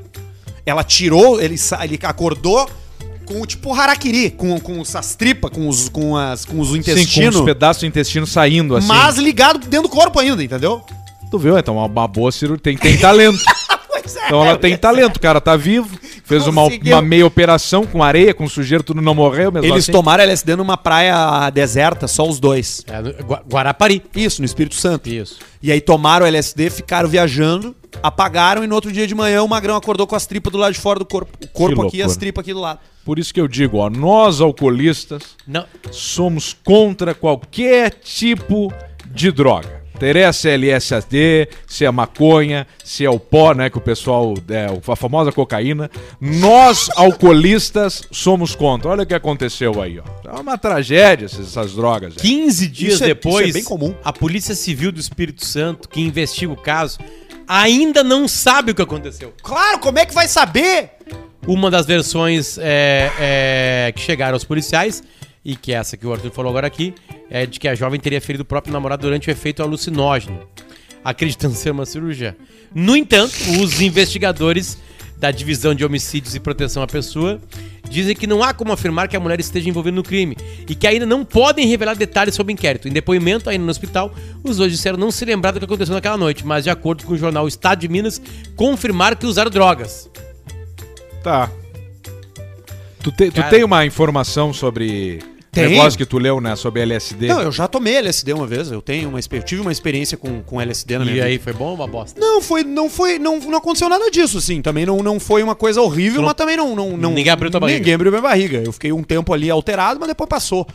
A: Ela tirou, ele, sa- ele acordou com o tipo harakiri, com, com essas tripas, com os, com, as, com os
B: Sim, com os
A: intestinos.
B: pedaços do intestino saindo assim.
A: mas ligado dentro do corpo ainda, entendeu?
B: Tu viu? Então, uma- uma boa cirurgia. Tem, tem talento.
A: Pois é.
B: Então ela tem talento, o cara tá vivo. Fez uma,
A: Conseguiu.
B: uma meia operação com areia, com sujeira, tudo não morreu mesmo
A: Eles
B: assim.
A: tomaram LSD numa praia deserta, só os dois.
C: É, no- Gua- Guarapari.
A: Isso, no Espírito Santo.
C: Isso.
A: E aí tomaram LSD, ficaram viajando, apagaram e no outro dia de manhã o Magrão acordou com as tripas do lado de fora do corpo. O corpo
B: Que
A: aqui e as
B: loucura.
A: tripas aqui do lado.
B: Por isso que eu digo, ó, nós alcoolistas
C: Não,
B: somos contra qualquer tipo de droga. Interessa se é LSD, se é maconha, se é o pó, né, que o pessoal, é, o- a famosa cocaína. Nós, alcoolistas, somos contra. Olha o que aconteceu aí, ó. É uma tragédia essas, essas drogas. aí.
C: 15 dias
A: Isso é-
C: depois,
A: isso é bem comum.
C: a Polícia Civil do Espírito Santo, que investiga o caso, ainda não sabe o que aconteceu.
A: Claro, como é que vai saber?
C: Uma das versões é, é, que chegaram aos policiais, e que é essa que o Arthur falou agora aqui, é de que a jovem teria ferido o próprio namorado durante o efeito alucinógeno, acreditando ser uma cirurgia. No entanto, os investigadores da Divisão de Homicídios e Proteção à Pessoa dizem que não há como afirmar que a mulher esteja envolvida no crime e que ainda não podem revelar detalhes sobre o inquérito. Em depoimento, ainda no hospital, os dois disseram não se lembrar do que aconteceu naquela noite, mas, de acordo com o jornal Estado de Minas, confirmaram que usaram drogas.
B: Tá. Tu, te- tu
C: Cara.
B: tem uma informação sobre
A: Tenho.
B: negócio que tu leu, né? Sobre LSD?
A: Não, eu já tomei LSD uma vez, eu tenho uma exper- tive uma experiência com, com LSD na minha
C: E
A: vida.
C: aí, foi bom ou uma bosta?
A: Não, foi, não foi, não, não aconteceu nada disso, assim. Também não, não foi uma coisa horrível, mas também não, não, não-
C: Ninguém abriu tua barriga.
A: Ninguém abriu minha barriga. Eu fiquei um tempo ali alterado, mas depois passou.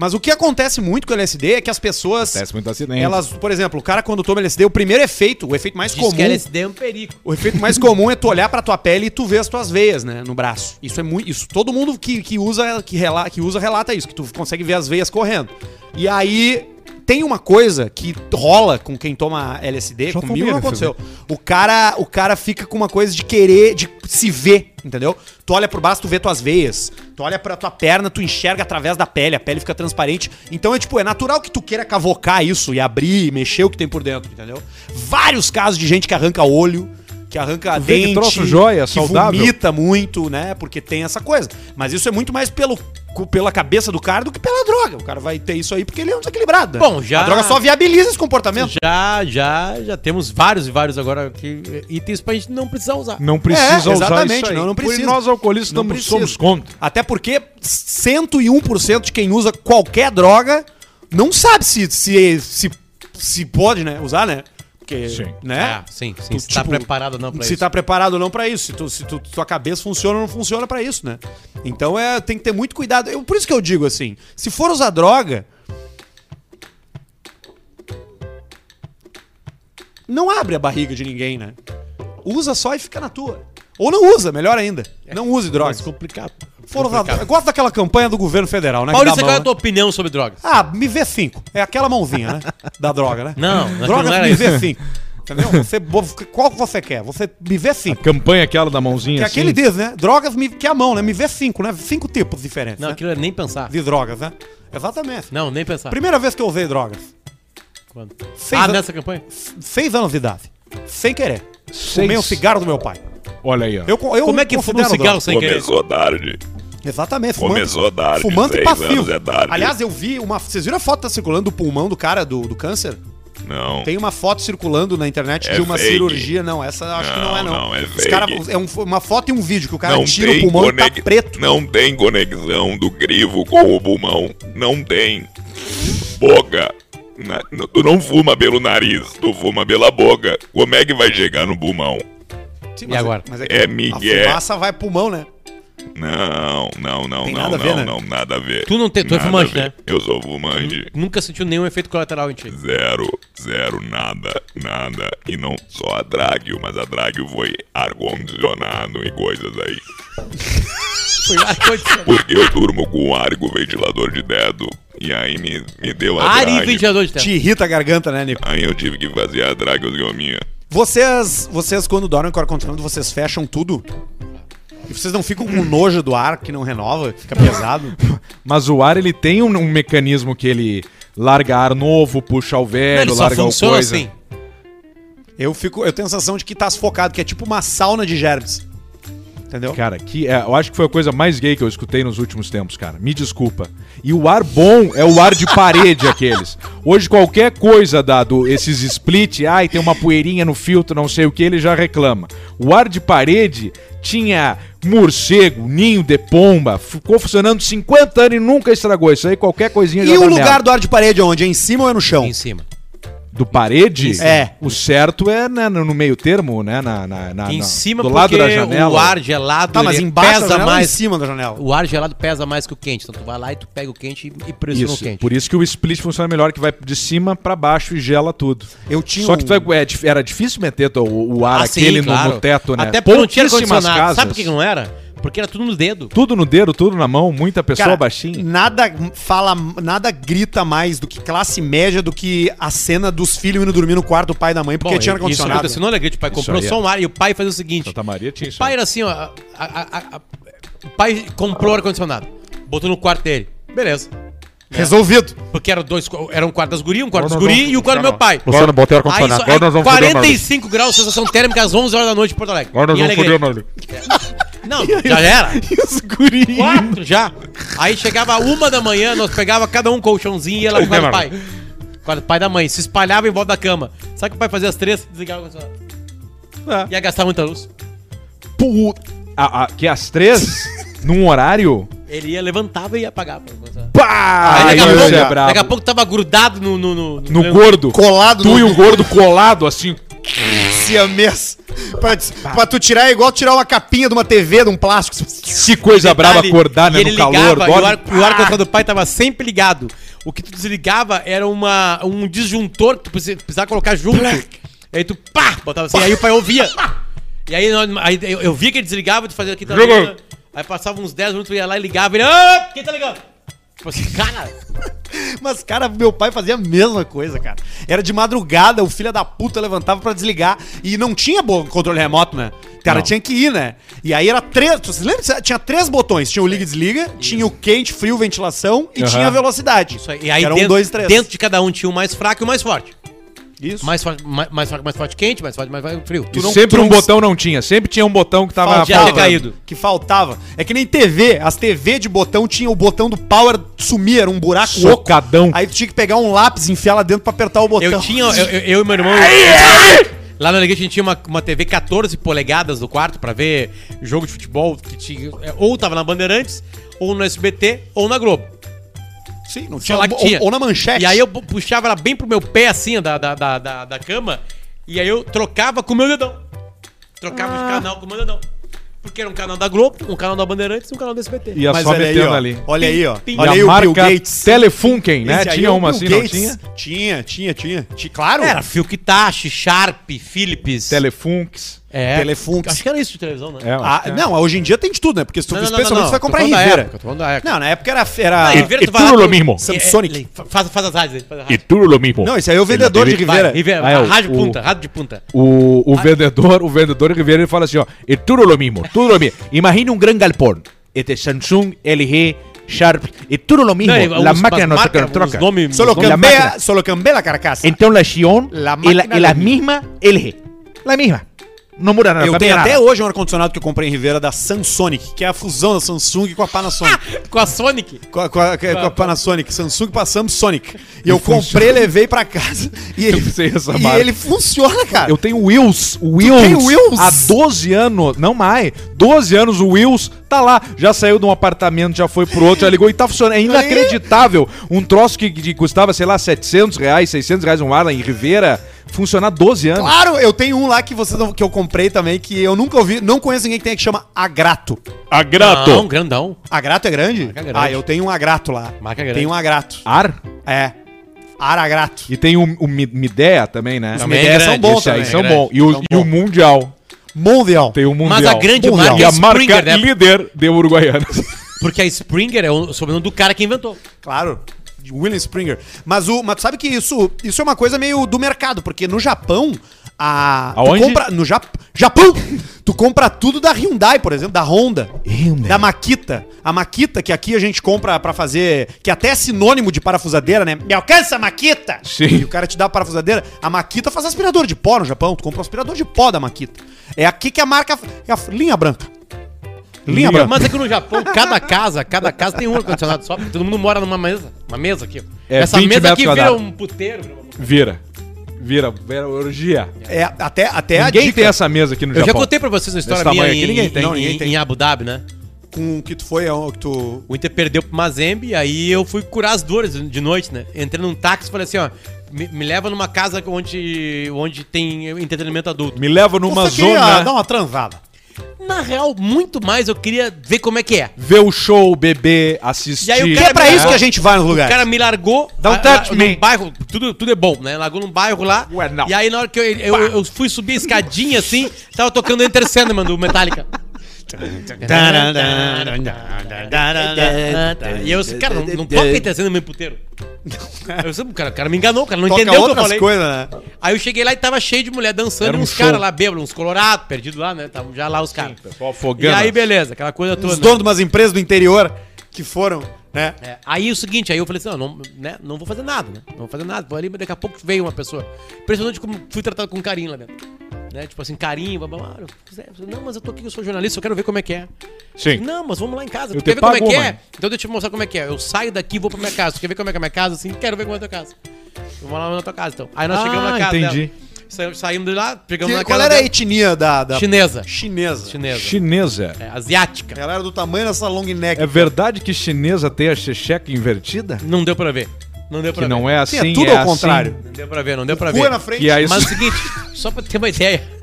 A: Mas o que acontece muito com o LSD é que as pessoas,
D: Acontece muito acidente.
A: elas, por exemplo, o cara quando toma LSD, o primeiro efeito, o efeito mais
C: Diz
A: comum,
C: que LSD é um perigo.
A: o efeito mais comum é tu olhar pra tua pele e tu ver as tuas veias, né, no braço. Isso é muito, isso todo mundo que, que usa que, rela, que usa relata isso, que tu consegue ver as veias correndo. E aí tem uma coisa que rola com quem toma LSD,
B: Já
A: comigo
B: tomei
A: não
B: LSD.
A: aconteceu. O cara, o cara fica com uma coisa de querer, de se ver, entendeu? Tu olha por baixo, tu vê tuas veias. Tu olha pra tua perna, tu enxerga através da pele, a pele fica transparente. Então é tipo, é natural que tu queira cavocar isso e abrir, e mexer o que tem por dentro, entendeu? Vários casos de gente que arranca olho, que arranca
B: vê que
A: dente,
B: troço joia,
A: que
B: saudável.
A: vomita muito, né? Porque tem essa coisa. Mas isso é muito mais pelo cu- pela cabeça do cara do que pela droga. O cara vai ter isso aí porque ele é um desequilibrado. né?
C: Bom, já-
A: A droga só viabiliza esse comportamento.
C: Já, já, já temos vários e vários agora que itens pra gente não precisar usar.
B: Não precisa
A: É,
B: usar
A: exatamente,
B: isso aí.
A: não, não
B: Por-
A: precisa.
B: nós alcoolistas
A: Não
B: estamos,
A: precisa.
B: somos contra.
A: Até porque 101% de quem usa qualquer droga não sabe se, se, se, se pode né, usar, né? Porque,
B: Sim.
A: né?
C: É, sim, sim.
A: Tu,
C: se tá
A: tipo,
C: preparado ou não pra
A: se
C: isso.
A: tá preparado ou não pra isso, se, tu, se tu, tua cabeça funciona ou não funciona pra isso, né? Então é, tem que ter muito cuidado. Eu, por isso que eu digo assim, se for usar droga, não abre a barriga de ninguém, né? Usa só e fica na tua. Ou não usa, melhor ainda.
C: É.
A: Não use drogas.
C: Mais complicado.
A: Foram lá.
C: complicado.
A: Eu gosto daquela campanha do governo federal, né? que
C: Maurício,
A: dá
C: qual é a
A: mão,
C: tua opinião sobre drogas?
A: né? Ah, me vê cinco. É aquela mãozinha, né? Da droga, né?
C: Não,
A: droga
C: não era
A: me
C: isso.
A: vê cinco. Entendeu? Você, bo- qual que você quer? Você me vê cinco.
B: Campanha aquela da
A: Que
B: mãozinha
A: é
B: assim.
A: aquele diz, né? Drogas me, que é a mão, né? Me vê cinco, né? Cinco tipos diferentes.
C: Não,
A: né?
C: aquilo é nem pensar.
A: De drogas, né? Exatamente.
C: Não, nem pensar.
A: Primeira vez que eu usei drogas.
C: Quando?
A: Seis,
C: Ah,
A: an-
C: nessa campanha?
A: seis anos de idade. Sem querer.
B: Seis.
A: Comei um cigarro do meu pai.
B: Olha aí, ó.
A: Eu, eu
C: Como é que fuma um
A: considero
C: cigarro
A: droga.
C: sem querer?
E: Começou tarde.
A: Exatamente. Fumando,
E: Começou tarde,
A: Fumando e
E: seis anos
A: passivo.
E: é tarde.
A: Aliás, eu vi uma... Vocês viram a foto que tá circulando do pulmão do cara do, do câncer?
E: Não.
A: Tem uma foto circulando na internet
E: É
A: de uma
E: fake.
A: cirurgia. Não, essa eu acho que não é, não.
E: Não, não, é
A: Os cara,
E: fake.
A: é um- uma foto e um vídeo que o cara
E: não
A: tira o
E: tem
A: pulmão e tá
E: conex-
A: preto.
E: Não tem conexão do crivo com o pulmão. Não tem. Boca. Na- n- tu não fuma pelo nariz, tu fuma pela boca. Como é que vai chegar no pulmão?
A: Sim,
C: E agora?
A: Mas é,
E: É
A: que a
E: migué.
A: fumaça vai pro pulmão, né?
E: Não, não, não,
A: Tem
E: não,
A: nada a
E: não,
A: ver, né?
E: não, nada a ver.
C: Tu não tem- tu é
E: Nada a
C: fumante,
E: ver.
C: né?
E: Eu sou fumante.
A: Hum.
C: Nunca sentiu nenhum efeito colateral em ti.
E: Zero, zero, nada, nada. E não só a Dragio, mas a Dragio foi ar-condicionado e coisas aí.
C: Foi ar-condicionado.
E: Porque eu durmo com ar com ventilador de dedo. E aí me, me deu a
C: Ar e
E: drag.
C: ventilador de
A: Te
C: teto.
A: irrita a garganta, né, Nico?
E: Aí eu tive que fazer a dragosgomia.
A: Vocês, vocês quando dormem com o ar-condicionado, vocês fecham tudo? E vocês não ficam com nojo do ar que não renova? Fica pesado?
B: Mas o ar, ele tem um, um mecanismo que ele larga ar novo, puxa o
C: Não,
B: velho,
C: Ele só
B: larga o
C: funciona
B: coisa.
C: assim.
A: Eu fico, eu tenho a sensação de que tá sufocado, que é tipo uma sauna de germes. Entendeu?
B: Cara, que é, eu acho que foi a coisa mais gay que eu escutei nos últimos tempos, cara. Me desculpa. E o ar bom é o ar de parede aqueles. Hoje qualquer coisa dado esses split, ai, tem uma poeirinha no filtro, não sei o que, ele já reclama. O ar de parede tinha morcego, ninho de pomba, ficou funcionando 50 anos e nunca estragou isso aí, qualquer coisinha já
A: E
B: dá
A: o lugar
B: merda.
A: do ar de parede é onde? É em cima ou é no chão?
C: Em cima.
B: do parede?
A: É.
B: O certo é né, no no meio termo, né, na, na, na-
C: Em
B: na-
C: cima
B: do lado
C: porque
B: da janela.
C: o ar gelado
A: Tá, mas
C: ele
A: embaixo da
C: pesa
A: janela ou em
C: mais.
A: cima da janela?
C: O ar gelado pesa mais que o quente. Então tu vai lá e tu pega o quente e- e pressiona o
B: Isso,
C: quente.
B: por isso que o split funciona melhor, que vai de cima pra baixo e gela tudo.
A: Eu tinha
B: Só que
A: um-
B: tu vai- é dif- era difícil meter o, o ar
C: Ah, sim,
B: aquele no-
C: claro.
B: no, teto, né?
C: Até porque não tinha
B: Pouquíssimas
C: ar-condicionado.
B: casas-
C: Sabe por que que não era? Porque era tudo no dedo.
B: Tudo no dedo, tudo na mão, muita pessoa
A: Cara,
B: baixinha.
A: Nada fala, nada grita mais do que classe média do que a cena dos filhos indo dormir no quarto do pai e da mãe porque tinha
C: isso
A: ar-condicionado.
C: aconteceu no Alegrete. O pai comprou
B: aí é-
C: só um ar e o pai fazia o seguinte.
B: Santa Maria tinha
C: o
B: isso
C: pai
B: aí.
C: era assim, ó. a- a- a- a- o pai comprou ar-condicionado. Botou no quarto dele. Beleza.
A: Resolvido.
C: Porque eram dois, era um quarto das guri, um quarto
B: Nós não
C: dos guri
B: vamos-
C: e o quarto do meu pai.
B: Luciano, botei o
C: Aí
B: ar-condicionado.
C: só,
B: Agora nós
C: é
B: vamos foder o Norberto.
C: 45 graus, sensação térmica às 11 horas da noite em Porto Alegre.
B: Agora nós
C: Em
B: vamos foder o
C: Alegrete.
B: Norberto.
C: Não, já era.
A: Isso, guri.
C: Quatro já. Aí chegava uma da manhã, nós pegava cada um um colchãozinho e ia lá pro quarto do pai. Quarto do pai da mãe. Se espalhava em volta da cama. Sabe o que o pai fazia às três? Desligava o ar-condicionado.
B: Ah.
C: Ia gastar muita luz.
B: Pu- a- a- que às três, num horário.
C: Ele ia, levantava e ia apagar. pô, começar.
B: Pá!
C: Aí
B: Aí
C: daqui, a
B: você
C: pouco,
B: é
C: daqui a
B: brabo.
C: pouco tava grudado no... No, no,
B: No gordo.
A: Colado
B: Tu e o gordo colado, assim.
A: siamês. Pra, pra tu tirar é igual tirar uma capinha de uma TV, de um plástico.
B: Que coisa brava
C: Detalhe,
B: acordar,
C: e
B: né?
C: ele
B: No calor.
C: ligava,
B: dorme. Ah!
C: E o ar condicionado do pai tava sempre ligado. O que tu desligava era uma, um disjuntor que tu precis- precisava colocar junto. Aí tu pá, botava assim, aí o pai ouvia. E aí, nós- aí eu, eu via que ele desligava, tu fazia aqui também. né?
B: Jogou.
C: Aí passava uns 10 minutos, tu ia lá e ligava, ele, ah, quem tá ligando? Tipo assim, cara,
A: Mas, cara, meu pai fazia a mesma coisa, cara. Era de madrugada, o filho da puta levantava pra desligar. E não tinha bo- controle remoto, né? Cara,
B: Não.
A: tinha que ir, né? E aí era três. Vocês lembram? Tinha três botões: tinha o liga e desliga, tinha o quente, frio, ventilação e
B: Aham.
A: tinha a velocidade.
C: isso aí. E aí
A: Era um,
C: dentro,
A: dois, três.
C: dentro de cada um tinha o mais fraco e o mais forte.
A: Isso.
C: Mais forte, mais, mais fraco, mais forte quente, mais forte, mais forte frio.
B: E
A: tu não-
B: sempre
A: tu
B: um
A: não-
B: botão não tinha. Sempre tinha um botão que tava.
C: Faltava.
B: faltando.
C: caído.
A: Que faltava. É que nem TV. As TV de botão tinha o botão do power sumir, era um buraco
B: Socadão.
A: Aí tu tinha que pegar um lápis e enfiar lá dentro pra apertar o botão.
C: Eu tinha, eu, eu- eu e meu irmão. Lá na Alegria a gente tinha uma, uma TV 14 polegadas no quarto pra ver jogo de futebol que tinha. é, Ou tava na Bandeirantes, ou no SBT, ou na Globo.
A: Sim, não
C: Sei
A: tinha,
C: lá que
A: ou,
C: tinha.
A: ou na manchete.
C: E aí eu pu- puxava ela bem pro meu pé, assim, da, da, da, da, da cama, e aí eu trocava com o meu dedão. Trocava
A: Ah.
C: de canal com o meu dedão. Porque era um canal da Globo, um canal da Bandeirantes e um canal do SBT.
B: Ia
A: Mas
B: só
A: olha aí,
B: metendo
A: ó,
B: ali.
A: Olha aí, ó.
C: Pim, pim.
A: Olha
B: e
A: aí
B: a
A: o Bill
B: marca
A: Gates.
B: Telefunken, né?
A: Esse aí
B: Tinha
A: é o
B: uma
A: Bill
B: assim, não
A: Gates.
B: tinha?
A: Tinha, tinha, tinha. Ti- Claro.
C: Era Filkitashi, Sharp, Philips.
B: Telefunks.
C: é,
A: Telefunks.
C: Acho que era isso de televisão, né?
B: É, eu acho
A: Ah,
B: que é.
A: não, hoje em dia tem de tudo, né? Porque se tu
C: Não,
A: for
C: não, não, não,
A: especialmente,
C: não.
A: você vai
C: Tô
A: comprar
C: falando da
A: Rivera.
C: época, tô falando da época.
A: Não, na época era... era...
C: Ah, Rivera,
B: e
C: tu vai lá
B: tudo
C: pro-
B: mesmo.
C: É,
A: Samsonic.
C: é, Faz, faz as rádios aí. Faz as rádios.
B: tudo mesmo.
A: Não, esse aí é o vendedor de
C: Vai,
A: Rivera.
C: Rivera,
B: Ah, é, o-
C: rádio
B: o-
C: punta, rádio de punta.
B: O, o vendedor, o vendedor Ribeiro, ele fala assim, ó, é tudo lo mesmo, tudo lo mesmo. Imagina um grande galpão, entre Samsung, LG, Sharp, é tudo lo mesmo,
C: Não,
B: la
C: umas-
B: máquina
C: umas
B: não troca,
C: marcas,
B: não troca.
C: uns nomes-
A: Solo
B: La
A: cambia,
B: máquina.
A: solo cambia la carcaça.
B: Então la Xion
A: La
B: é la,
A: máquina
B: é la
A: lo
B: misma LG, la misma. Não muda nada,
A: Eu
B: não
A: tenho até
B: cambia nada.
A: hoje um ar-condicionado que eu comprei em Rivera da Samsonic, que é a fusão da Samsung com a Panasonic.
C: Com a Sonic.
A: com, a, com a- com a
C: Tá,
A: Panasonic, Samsung pra Samsonic. E eu
B: funciona.
A: comprei, levei pra casa e ele,
B: sei essa
A: e
B: marca.
A: ele funciona, cara.
B: Eu tenho Wills, Wills,
A: tem Wills?
B: há 12 anos, não mais, 12 anos o Wills tá lá, já saiu de um apartamento, já foi pro outro, já ligou e tá funcionando, é inacreditável, um troço que, que custava, sei lá, 700 reais, 600 reais um ar lá em Rivera, funcionar 12 anos.
A: Claro, eu tenho um lá que, vocês não- que eu comprei também, que eu nunca ouvi, não conheço ninguém que tenha que chama Agrato.
E: Agrato.
C: Não, grandão.
A: Agrato é grande?
C: Marca grande.
A: Ah, eu tenho um Agrato lá.
C: Marca grande.
A: Tem um Agrato.
B: Ar?
A: É. Aragrato.
B: E tem o, o Mi- Midea também, né?
C: Também
A: As
C: é
A: ideias são
C: grande, é
A: bons
B: Esse aí
A: também.
B: são
C: grande.
B: bons. E o,
A: São
B: e o
A: bons.
B: Mundial.
A: Mundial.
B: Tem o Mundial.
C: Mas a grande
A: Mundial.
C: marca
B: E
C: é
B: a marca
C: Springer, né?
B: líder de Uruguaiana.
C: Porque a Springer é o sobrenome do cara que inventou.
A: Claro. de William Springer. Mas o, mas tu sabe que isso, isso é uma coisa meio do mercado, porque no Japão a tu
B: Aonde?
A: compra no Jap, Japão, tu compra tudo da Hyundai, por exemplo, da Honda,
B: Hyundai.
A: da Makita. A Makita que aqui a gente compra pra fazer, que até é sinônimo de parafusadeira, né? Me alcança Makita.
B: Sim.
A: E o cara te dá a parafusadeira, a Makita faz aspirador de pó no Japão, tu compra um aspirador de pó da Makita. É aqui que a marca é a linha branca. Linha
B: Linha
A: branca.
C: Mas aqui no Japão, cada casa, cada casa tem um ar-condicionado só. porque Todo mundo mora numa mesa. Uma mesa aqui. ó.
B: É,
C: Essa
B: 20
C: mesa
B: metros
C: aqui vira
B: quadrados.
C: um puteiro. vira uma-
B: Vira. Vira, vira orgia.
A: É até até
B: Ninguém
A: a dica
B: tem essa mesa aqui no
C: Eu já
B: Japão.
C: contei pra vocês uma história
B: Desse
C: minha
B: tamanho aqui,
C: em,
B: ninguém tem.
C: em-
A: Não, ninguém tem.
C: em Abu Dhabi, né?
A: com o que tu foi, é o que tu
C: O Inter perdeu pro Mazembe, aí eu fui curar as dores de noite, né? Entrei num táxi e falei assim, ó, me, me leva numa casa onde, onde tem entretenimento adulto.
B: Me leva numa
A: Você queria
B: zona.
A: dar um- uma né? transada.
C: Na real, muito mais eu queria ver como é que é.
B: Ver o show, beber, assistir.
C: E aí o
A: Que é
C: cara
A: pra
C: me-
A: isso que a gente vai nos
C: O
A: lugares.
C: cara me largou
B: Dá um touch me.
C: num bairro, tudo, tudo é bom, né? Largou num bairro lá.
B: Ué, não.
C: E aí na hora que eu, eu, eu fui subir a escadinha assim, tava tocando Enter Sandman do Metallica. E eu, assim, cara, não, não toca Peter no meu puteiro. Eu disse, cara, o cara me enganou, o cara não
A: Toca
C: entendeu o que eu
A: outras
C: falei.
A: coisas, né?
C: Aí eu cheguei lá e tava cheio de mulher dançando,
B: Era um
C: uns
B: show.
C: caras lá bêbados, uns colorados, perdidos lá, né? Estavam já lá os caras.
B: Pessoal
C: E
B: afogando.
C: aí, beleza, aquela coisa toda. né?
A: Os donos de umas empresas do interior que foram, né?
C: É, aí o seguinte, aí eu falei assim, não, não, né, não vou fazer nada, né? Não vou fazer nada, vou ali, mas daqui a pouco veio uma pessoa. Impressionante como fui tratado com carinho lá dentro. Né? Tipo assim, carinho, blá, blá, blá, eu- não, mas eu tô aqui, eu sou jornalista, eu quero ver como é que é.
B: Sim.
C: Não, mas vamos lá em casa,
B: Eu
C: tu quer
B: te
C: ver como é
B: pago
C: que
B: uma.
C: é? Então deixa eu te mostrar como é que é. Eu saio daqui e vou pra minha casa, tu quer ver como é que é a minha casa? Assim, quero ver como é a tua casa. Vamos lá na tua casa, então. Aí nós
B: Ah,
C: chegamos na casa
B: entendi.
C: dela. Saí- Saímos de lá, pegamos
A: Que,
C: na
A: qual
C: casa
A: era a
C: dela.
A: etnia da, da
C: Chinesa.
A: chinesa?
C: Chinesa.
B: Chinesa.
C: É, asiática.
A: Ela era do tamanho dessa long neck.
B: É verdade que chinesa tem a checheca invertida?
C: Não deu pra ver. Não deu pra
B: Que
C: ver.
B: não é
A: Sim,
B: assim,
A: é tudo ao contrário.
C: Não deu pra ver, não deu pra ver.
A: Rua na frente.
B: E aí-
C: Mas é o seguinte, só pra ter uma ideia.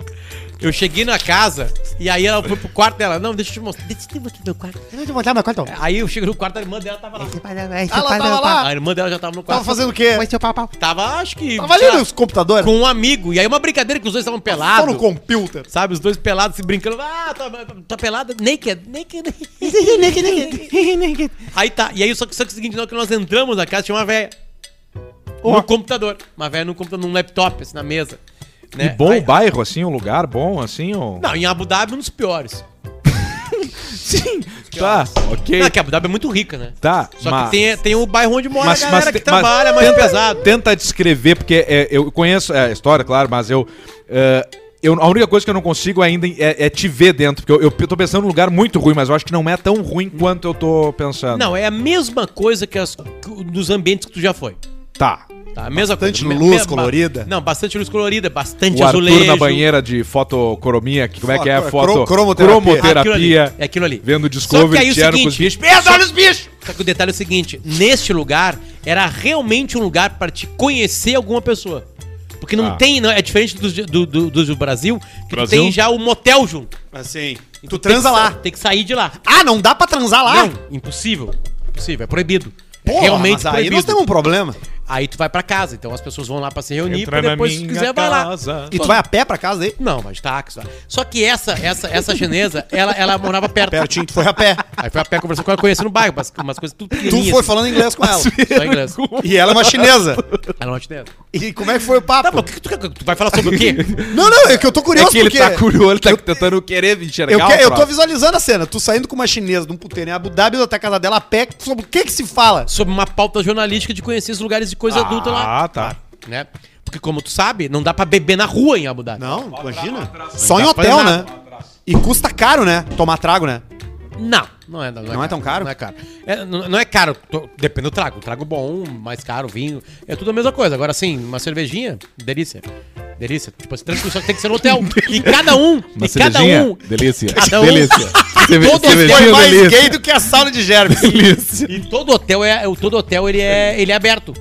C: Eu cheguei na casa e aí ela foi pro quarto dela. Não, deixa eu te mostrar. Deixa eu te mostrar meu quarto.
D: Eu vou te mostrar
A: tá, é
D: meu quarto.
C: Aí eu chego no quarto, a irmã dela tava lá.
A: Ela tava lá,
C: A irmã dela já tava no
A: Ah! tava
C: quarto.
A: fazendo o quê?
D: Vai ser o pau, pau.
C: Tava, acho que.
A: Tava ali
C: sei lá,
A: nos computadores.
C: com um amigo. E aí uma brincadeira que os dois estavam
A: Só no
C: pelados.
A: computer.
C: Sabe, os dois pelados se brincando. Ah, tá, tá pelada. Naked, naked. Aí tá. E aí só que, só que o seguinte, não, que nós entramos na casa, tinha uma velha. No computador. Uma velha no computador, num laptop, assim, na mesa.
B: E
A: é,
C: né?
B: bom
C: Aí-
B: bairro, assim, um lugar bom, assim, ou...
C: Não, em Abu Dhabi, um dos piores.
B: Sim, tá, ok,
C: Não, que Abu Dhabi é muito rica, né?
B: tá,
C: Só que tem, tem o bairro onde mora
B: mas,
C: a galera
B: mas,
C: que trabalha mais
B: tenta,
C: pesado.
B: Tenta descrever, porque é, eu conheço é, a história, claro, mas eu, é, eu. A única coisa que eu não consigo ainda é, é te ver dentro, porque eu, eu tô pensando num lugar muito ruim, mas eu acho que não é tão ruim quanto eu tô pensando.
C: Não, é a mesma coisa que, as, que o- dos ambientes que tu já foi.
B: Tá.
C: Tá, a mesma
A: Bastante
C: coisa.
A: luz
C: Mesma-
A: colorida?
C: Não, bastante luz colorida, bastante
B: O
C: azulejo.
B: Arthur na banheira de fotocromia, que, como é que é?
A: Foto-
B: Foto,
A: cro- cromoterapia.
C: Aquilo ali,
B: cromoterapia,
C: é aquilo ali.
B: vendo
C: Só que aí
B: Discovery
C: é o
B: Channel com os
C: seguinte-
B: bichos.
C: Meus olhos, bicho! Só que o detalhe é o seguinte: neste lugar era realmente um lugar para te conhecer alguma pessoa. Porque não
B: Ah.
C: tem, não, é diferente dos do, do, dos do Brasil, que
E: Brasil?
C: Tu tem já o motel junto.
A: Assim.
C: E
A: Tu
C: tem
A: transa
C: que sa-
A: lá.
C: Tem que sair de lá.
A: Ah, não dá pra transar lá?
C: Não, impossível. Impossível, é proibido. É
A: Porra,
C: realmente
A: mas aí
C: proibido.
A: nós temos um problema.
C: Aí tu vai pra casa, então as pessoas vão lá pra se reunir,
B: Entra
C: pra
B: na
C: depois, se
B: minha
C: quiser, vai
B: casa.
C: lá.
A: E tu vai a pé pra casa aí?
C: Não, mas táxi. vai. Só que essa essa essa chinesa, ela, ela morava perto.
A: Pertinho, tu foi a pé.
C: Aí foi a pé conversando com ela, conhecendo o bairro, umas, umas coisas tudo
A: Tu
C: pequenininhas.
A: foi falando inglês com ela.
C: Só em inglês.
A: E ela é uma chinesa.
C: Ela não é chinesa.
A: E como é que foi o papo?
C: Tá, mas o que que tu, quer- tu vai falar sobre o quê?
A: Não, não, é que eu tô
B: É
A: curioso
B: que ele
A: porque...
B: tá curioso, ele tá tentando querer me enxergar.
A: Eu,
B: o
A: que- eu tô
B: troço.
A: visualizando a cena. Tu saindo com uma chinesa de um puteiro em Abu Dhabi, até a casa dela a pé. Sobre o que que se fala?
C: Sobre uma pauta jornalística de conhecer os lugares de coisa adulta lá,
B: Ah, tá.
C: né? Porque como tu sabe, não dá pra beber na rua em Abu Dhabi.
A: Não, imagina. Só em
C: Não dá pra
A: hotel,
C: fazer
A: né? E custa caro, né? Tomar trago, né?
C: Não, não é, não
A: Não é tão caro?
C: Não é caro. É, não, não é caro, tô- depende do trago. Trago bom, mais caro, vinho, é tudo a mesma coisa. Agora sim, uma cervejinha, delícia. Delícia. Tipo assim, tranquilo, só que tem que ser no hotel. E cada um,
B: Uma
C: e cada
B: cervejinha?
C: um,
B: Delícia.
C: cada um-
B: Delícia. Cerve-
C: Todos
B: cervejinha
A: Foi mais
B: é delícia.
A: gay do que a sauna de germes.
B: Delícia.
C: E todo hotel é, é- todo hotel ele é, ele é aberto.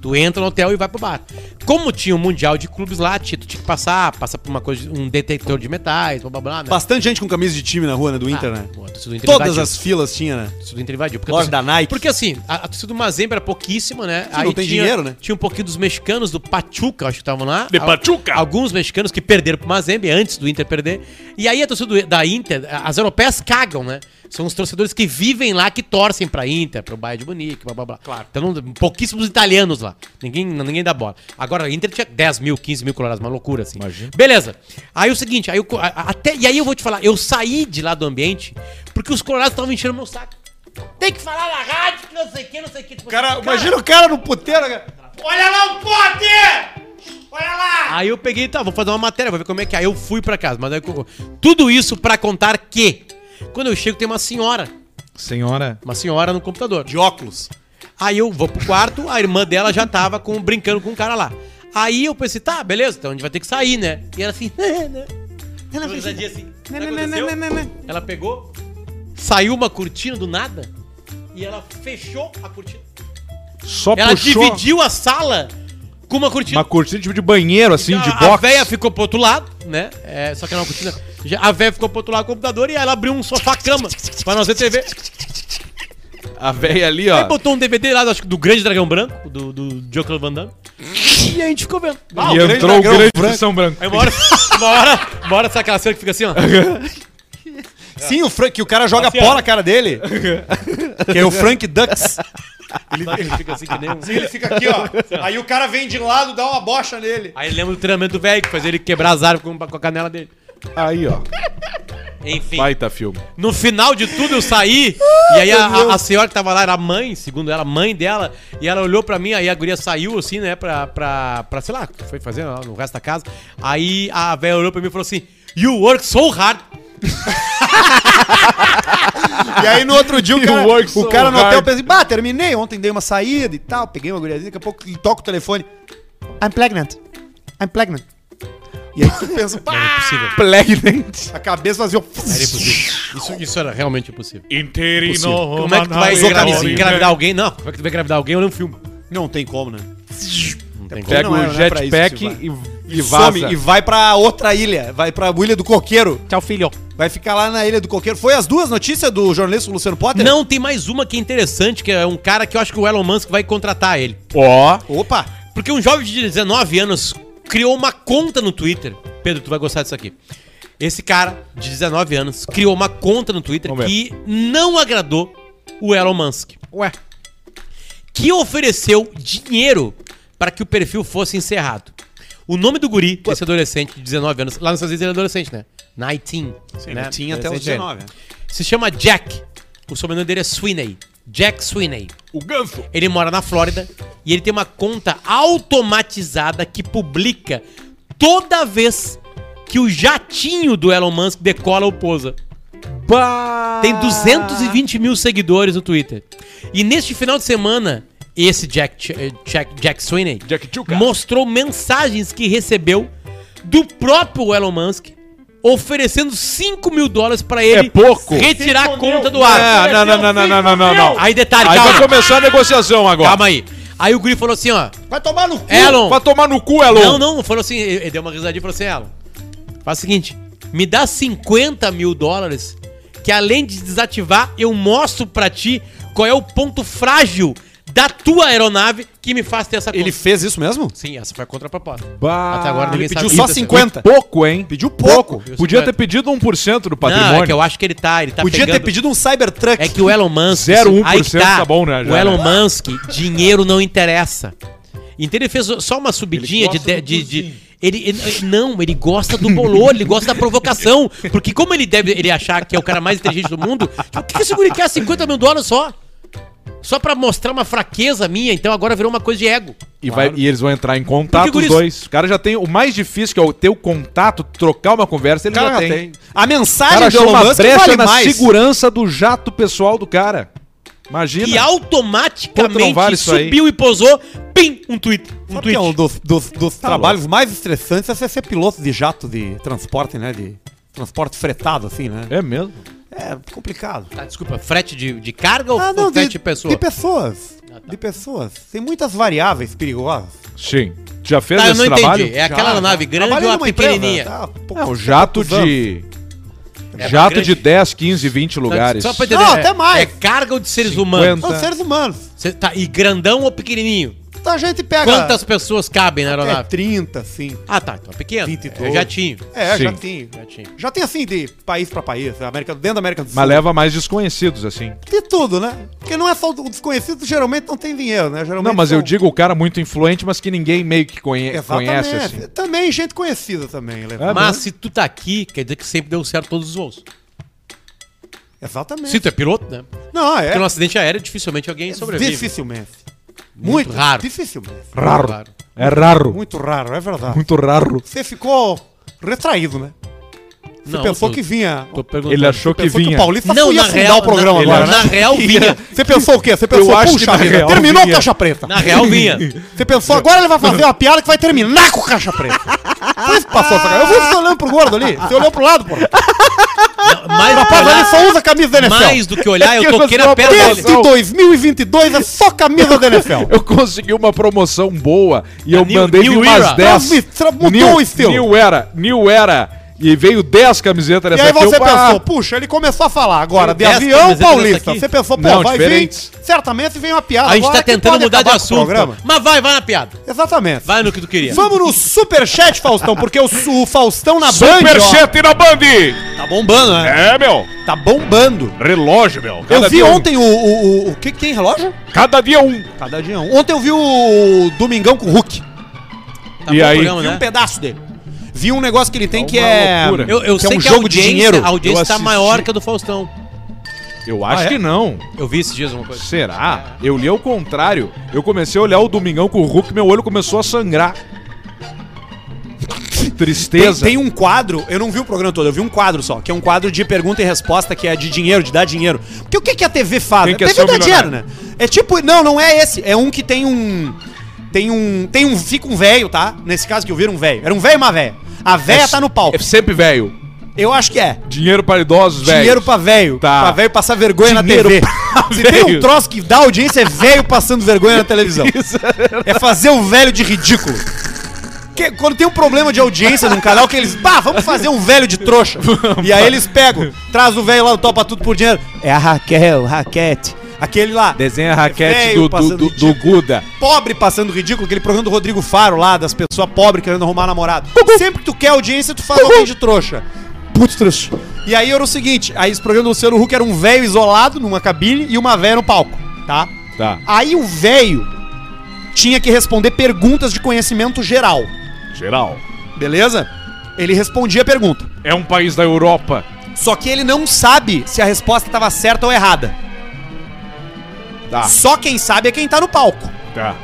C: Tu entra no hotel e vai pro bar. Como tinha o mundial de clubes lá, tinha- tu tinha que passar, passar por uma coisa, um detector de metais, blá blá blá, né?
A: Bastante gente com camisa de time na rua, né? Do Inter,
C: Ah,
A: né?
C: pô, a torcida do Inter
A: Todas
C: invadiu.
A: as filas tinha, né?
C: A torcida do Inter invadiu. Porque a
A: Loja
C: torcida-
A: da Nike.
C: Porque assim, a, a torcida do Mazembe era pouquíssima, né?
A: não tem
C: tinha,
A: dinheiro, né?
C: Tinha um pouquinho dos mexicanos, do Pachuca, acho que estavam lá.
E: De
C: Al-
E: Pachuca.
C: Alguns mexicanos que perderam pro Mazembe antes do Inter perder. E aí a torcida do- da Inter, as europeias cagam, né? São os torcedores que vivem lá, que torcem pra Inter, pro Bayern de Munique, blá blá blá. Claro. Então, não- pouquíssimos italianos lá. Ninguém, ninguém dá bola. Agora, a Inter tinha 10 mil, 15 mil colorados, uma loucura assim.
B: Imagina.
C: Beleza. Aí o seguinte, aí eu co- a- a- até, e aí eu vou te falar, eu saí de lá do ambiente porque os colorados estavam enchendo meu saco. Tem que falar na rádio, que não sei o que, não sei o que. Tipo,
A: Cara,
C: assim,
A: imagina o cara no puteiro.
C: né?
A: cara.
C: Olha lá o pote! Olha lá! Aí eu peguei, tá, vou fazer uma matéria, vou ver como é que é. Aí eu fui pra casa, mas aí, eu- tudo isso pra contar que quando eu chego tem uma senhora,
B: Senhora.
C: uma senhora no computador.
A: De óculos.
C: Aí eu vou pro quarto, a irmã dela já tava com, brincando com o cara lá. Aí eu pensei, tá, beleza, então a gente vai ter que sair, né? E ela assim, né, né. Ela fez assim. Sabe o que aconteceu? Ela pegou, saiu uma cortina do nada e ela fechou a cortina.
B: Só
C: Ela
B: puxou
C: dividiu a sala com uma cortina.
B: uma cortina tipo de banheiro, assim, de
C: a,
B: box.
C: A véia ficou pro outro lado, né? É, só que era uma cortina. Já- A véia ficou pro outro lado do computador e ela abriu um sofá-cama pra nós ver TV.
B: A véia ali,
A: Tá.
C: Aí
B: ó.
C: botou um DVD lá, acho que do Grande Dragão Branco, do, do Joker Van Damme. E a gente ficou vendo.
B: e
A: grande
B: entrou o
A: dragão
B: grande São Branco.
C: Aí uma hora, uma hora, uma hora sabe aquela cena que fica assim, ó.
A: Sim, o Frank, que o cara joga bola na cara dele. que é o Frank Ducks.
C: Ele, fica assim que nem um...
A: Ele fica aqui, ó. Aí o cara vem de lado, dá uma bocha nele.
C: Aí ele lembra do treinamento do velho, que fazia ele quebrar as árvores com, com a canela dele.
B: Aí, ó.
C: Enfim.
B: Baita filme.
C: No final de tudo eu saí, e aí a, a- a senhora que tava lá era a mãe, segundo ela, a mãe dela, e ela olhou pra mim, aí a guria saiu assim, né, pra, pra, pra sei lá, o que foi fazer lá no resto da casa. Aí a velha olhou pra mim e falou assim, you work so hard.
A: E aí no outro dia o cara,
B: work so
A: o cara no hotel
B: hard.
A: pensa, assim, bah, terminei, ontem dei uma saída e tal, peguei uma guriazinha, daqui a pouco ele toca o telefone. I'm pregnant. I'm pregnant. E aí tu pensa, pá,
C: Era impossível,
A: a cabeça fazia um...
C: era impossível. Isso, isso era realmente impossível.
D: Interino.
C: Como é que tu vai
A: Usou
C: engravidar,
A: camisinha.
C: engravidar alguém? Não, como é que tu vai engravidar alguém olhando um filme?
A: Não tem como, né?
C: Não é tem como.
B: Pega
A: não
B: o
A: era, né, pra isso,
B: jetpack
A: Silvio.
B: e, e vaza.
A: Some e vai pra outra ilha, vai pra ilha do coqueiro.
C: Tchau, filho.
A: Vai ficar lá na Ilha do Coqueiro. Foi as duas notícias do jornalista Luciano Potter?
C: Não, tem mais uma que é interessante, que é um cara que eu acho que o Elon Musk vai contratar ele.
B: Ó.
A: Opa!
C: Porque um jovem de 19 anos criou uma conta no Twitter. Pedro, tu vai gostar disso aqui. Esse cara de 19 anos criou uma conta no Twitter
B: Vamos ver.
C: que não agradou o Elon Musk. Ué.
B: É,
C: Que ofereceu dinheiro para que o perfil fosse encerrado. O nome do guri, esse adolescente de 19 anos, lá nos Estados Unidos ele é adolescente, né? 19. Sim, né? Adolescente. Se chama Jack. O sobrenome dele é Sweeney. Jack Sweeney.
B: O ganso.
C: Ele mora na Flórida e ele tem uma conta automatizada que publica toda vez que o jatinho do Elon Musk decola ou pousa. Tem 220 mil seguidores no Twitter. E neste final de semana, esse Jack, Ch- eh, Jack, Jack Sweeney
B: Jack Chuka.
C: mostrou mensagens que recebeu do próprio Elon Musk oferecendo 5 mil dólares para ele
B: É pouco. É.
C: retirar a conta do ar.
B: Não, não, não, não, não, não, não, não, não.
C: Aí detalhe,
B: Aí
C: calma.
B: vai começar a negociação agora.
C: Calma aí. Aí o Guri falou assim, ó.
A: Vai tomar no cu!
C: Elon.
B: Vai tomar no cu, Elon.
C: Não, não, falou assim, ele ele deu uma risadinha e falou assim, Elon, faz o seguinte, me dá 50 mil dólares, que além de desativar, eu mostro pra ti qual é o ponto frágil da tua aeronave que me faz ter essa
A: Ele fez isso mesmo?
C: Sim, essa foi a contraproposta.
B: Bah.
C: Até agora ninguém
A: ele pediu
C: sabe
A: só
C: disso, né?
A: 50.
B: Pouco, hein?
A: Pediu pouco.
C: Tá
B: Podia ter pedido 1% do patrimônio.
C: Não, é que eu acho que ele tá, ele tá
A: Podia ter
C: pegando-
A: pedido um Cybertruck.
C: É que o Elon Musk.
B: 0,1%
C: aí que
B: tá bom, né, já,
C: o Elon
B: né?
C: Musk, dinheiro não interessa. Então ele fez só uma subidinha de. de, de- de- ele, ele- ele- não, ele gosta do bolor, ele gosta da provocação. Porque como ele deve ele achar que é o cara mais inteligente do mundo, o que que esse guri quer 50 mil dólares só? Só pra mostrar uma fraqueza minha, então agora virou uma coisa de ego.
B: E, vai- e eles vão entrar em contato
C: Porque,
B: os
C: guris-
B: dois. O cara já tem. O mais difícil, que é o ter o contato, trocar uma conversa, ele já tem.
A: A
B: O cara
C: Ah,
A: mensagem do
B: achou
A: Elon
B: uma
A: Musk
B: brecha
A: vale
B: na
A: mais.
B: segurança do jato pessoal do cara. Imagina.
C: E
B: Puta, não
C: automaticamente
B: vale isso aí.
C: subiu e posou, pim, um tweet.
A: Sabe
C: Um
A: que
C: tweet.
A: é um dos, dos- dos
B: Tá
A: trabalhos mais estressantes é você ser piloto de jato de transporte, né? De transporte fretado, assim, né?
B: É mesmo?
A: É complicado. Ah,
C: Tá, desculpa, frete de, de carga
B: Ah,
C: ou, ou
A: não, de,
C: frete Ah, de, Ah, pessoa?
A: de pessoas.
C: tá.
A: De pessoas. Tem muitas variáveis perigosas.
B: Sim. Já fez
C: Tá, eu
B: esse
C: não
B: trabalho?
C: entendi. É aquela aeronave grande
A: Trabalhei
C: ou a
A: numa empresa,
C: pequenininha?
A: tá, pô,
B: É um jato de.
C: É
B: jato
C: grande.
B: de 10, 15, 20 lugares.
C: Só pra entender.
A: Não,
C: é-
A: até mais.
C: É carga ou de seres
B: 50.
C: humanos?
A: São seres humanos.
C: Cê tá, e grandão ou pequenininho?
A: Então a gente pega.
C: Quantas pessoas cabem na
A: É,
C: aeronave?
A: 30, sim.
C: Ah, tá. Então é pequeno.
A: 22.
C: É jatinho.
A: É,
B: Sim.
A: já tem.
C: Jatinho.
A: Já tem assim de país pra país, América, dentro da América do Sul.
B: Mas leva mais desconhecidos, assim.
A: De tudo, né? Porque não é só o desconhecido, geralmente não tem dinheiro, né?
C: é
A: Geralmente
B: Não, mas eu
A: são-
B: digo o cara muito influente, mas que ninguém meio que conhe- conhece, assim.
A: Também gente conhecida também, né?
B: Ah,
C: Mas
B: bom.
C: se tu tá aqui, quer dizer que sempre deu certo todos os voos.
A: Exatamente.
C: Se tu é piloto, né?
A: Não,
C: Porque
A: é.
C: num acidente aéreo, dificilmente alguém sobrevive.
A: Dificilmente.
C: Muito
A: Muito,
C: raro.
A: Dificilmente.
B: Raro.
C: Claro.
B: É raro.
A: Muito raro, é verdade.
B: Muito raro.
A: Você ficou retraído, né? Você
C: Não,
A: pensou
C: tô-
A: que vinha.
C: Tô perguntando.
B: Ele achou que
A: pensou
B: vinha.
A: o Paulista
C: Não,
A: não, ia
C: na
A: afundar
C: real,
A: o programa
C: na-
A: agora,
C: na
A: né?
C: real, vinha.
A: Você pensou o quê? Você pensou,
B: acho que
A: puxa
B: na
A: vida,
B: real
A: terminou
B: vinha.
A: o caixa preta.
C: Na real, vinha.
A: Você pensou, agora ele vai fazer uma piada que vai terminar com o caixa preta. Foi isso que passou, essa cara. Eu vi você olhando pro gordo ali. Você olhou pro lado, pô. O
C: Mais, do que
A: Ah, rapaz ali
C: olhar,
A: só usa camisa da NFL.
C: mais do que olhar, eu
B: Que
C: toquei
B: você
C: na perna
B: abraçou.
C: dele.
A: É Desde 2022 é só camisa da NFL.
B: Eu consegui uma promoção boa e eu
C: New-
B: mandei
C: New
B: umas
C: Era.
B: 10.
A: Mas me tra- mudou
B: new,
A: o estilo.
B: New Era, New Era. E veio 10 camisetas
A: E
B: dessa
A: aí
B: aqui,
A: você
B: eu, "Ah,
A: pensou, puxa, ele começou a falar agora de
C: Tem dez
A: avião
C: camisetas
A: paulista.
C: aqui?
A: Você pensou, pô,
B: Não,
A: vai
B: diferentes.
A: vir. Certamente vem uma piada.
C: A gente
A: agora
C: tá
A: que
C: tentando
A: pode
C: mudar de
A: acabar com o
C: assunto.
A: programa.
C: Mas vai, vai na piada.
A: Exatamente.
C: Vai no que tu queria.
A: Vamos no superchat, Faustão, porque o, su- o Faustão na Band. ó,
B: Superchat na Band!
C: Tá bombando, né?
B: É, meu.
A: Tá bombando.
B: Relógio, meu.
A: Eu vi
B: dia um.
A: ontem o. O, o, o que, que tem relógio?
B: Cada dia um.
A: Cada dia um. Ontem eu vi o Domingão com o Hulk.
C: Tá
B: E
C: bom o
B: aí?
C: programa,
A: Vi um
C: né?
A: pedaço dele. Vi um negócio que ele tem que
B: Tá uma
A: é.
B: loucura.
C: Eu, eu
A: que é
C: sei
A: um
C: que
A: jogo
C: a
A: de
C: audiência,
A: dinheiro.
C: A audiência
B: Eu
C: tá
B: assisti.
C: maior que a do Faustão.
B: Eu acho
A: Ah, é?
B: que não.
C: Eu vi esses dias uma coisa.
B: Será? Eu li ao contrário. Eu comecei a olhar o Domingão com o Hulk, meu olho começou a sangrar.
A: Tem,
B: Tristeza.
A: tem um quadro, eu não vi o programa todo, eu vi um quadro só, que é um quadro de pergunta e resposta, que é de dinheiro, de dar dinheiro. Porque o que, que a TV faz?
B: Quem
A: a
B: quer
A: TV
B: ser o
A: dá dinheiro,
B: milionário?
A: né? É tipo, não, não é esse. É um que tem um. Tem um. Tem um. Fica um velho, tá? Nesse caso que eu vi era um velho. Era um velho e uma véia. A véia tá no palco.
B: É sempre velho.
A: Eu acho que é.
B: Dinheiro para idosos, velho.
A: Dinheiro pra velho.
B: Tá.
A: Pra velho passar vergonha
B: Dinheiro
A: na TV.
B: pra
A: Se tem um
B: velho.
A: troço que dá audiência, é velho passando vergonha na televisão. É fazer o velho de ridículo. Que- quando tem um problema de audiência num canal, que eles, bah, vamos fazer um velho de trouxa. e aí eles pegam, traz o velho lá do Topa Tudo por Dinheiro. É a Raquel, Raquete. Aquele lá,
B: Desenha a raquete
A: É Velho
B: do,
A: passando
B: do, do-
A: ridículo.
B: do Guda.
A: pobre passando ridículo, aquele programa do Rodrigo Faro lá, das pessoas pobres querendo arrumar namorado. Sempre que tu quer audiência, tu faz um alguém de trouxa. Uhum. Putz, trouxa. E aí era o seguinte, aí esse programa do Luciano Huck era um velho isolado numa cabine e uma véia no palco, tá?
B: Tá.
A: Aí o velho tinha que responder perguntas de conhecimento geral,
B: Geral.
A: beleza? Ele respondia a pergunta.
B: É um país da Europa.
A: Só que ele não sabe se a resposta estava certa ou errada.
B: Tá,
A: Só quem sabe é quem tá no palco.
B: tá.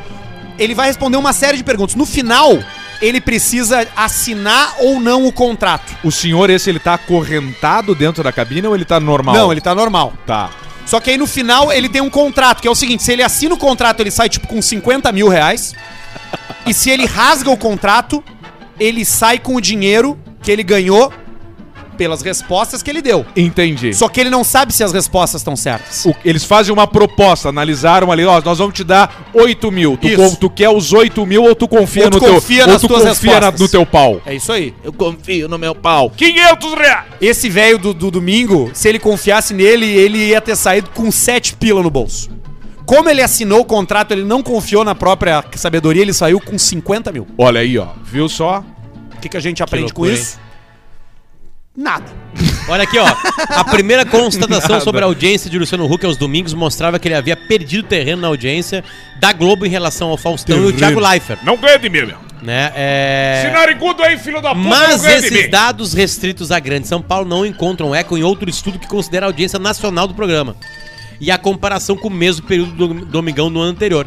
A: ele vai responder uma série de perguntas. No final, ele precisa assinar ou não o contrato.
B: O senhor esse, ele tá acorrentado dentro da cabine ou ele tá normal?
A: Não, ele tá normal.
B: Tá.
A: Só que aí no final ele tem um contrato, que é o seguinte: se ele assina o contrato, ele sai tipo com 50 mil reais. E se ele rasga o contrato, ele sai com o dinheiro que ele ganhou pelas respostas que ele deu.
B: Entendi.
A: Só que ele não sabe se as respostas estão certas.
B: O- eles fazem uma proposta, analisaram ali, ó, nós vamos te dar 8 mil. Tu,
A: Isso.
B: con- tu quer os 8 mil ou tu confia
A: Ou tu
B: no teu...
A: confia nas
B: ou tu
A: tuas
B: confia
A: respostas.
B: no teu pau.
A: É isso aí.
D: Eu confio no meu pau.
B: 500 reais!
A: Esse velho do, do domingo, se ele confiasse nele, ele ia ter saído com sete pila no bolso. Como ele assinou o contrato, ele não confiou na própria sabedoria, ele saiu com 50 mil.
B: Olha aí, ó. Viu só?
A: O que, que a gente aprende com
C: loucura,
A: isso? Nada.
C: Olha aqui, ó. A primeira constatação
B: Nada.
C: sobre a audiência de Luciano Huck aos domingos mostrava que ele havia perdido terreno na audiência da Globo em relação ao Faustão e o Thiago Leifert.
B: Não ganha de mim, meu.
C: Né? É...
B: narigudo aí, filho da
C: Mas esses dados restritos à Grande São Paulo não encontram eco em outro estudo que considera a audiência nacional do programa. E a comparação com o mesmo período do Domingão no ano anterior.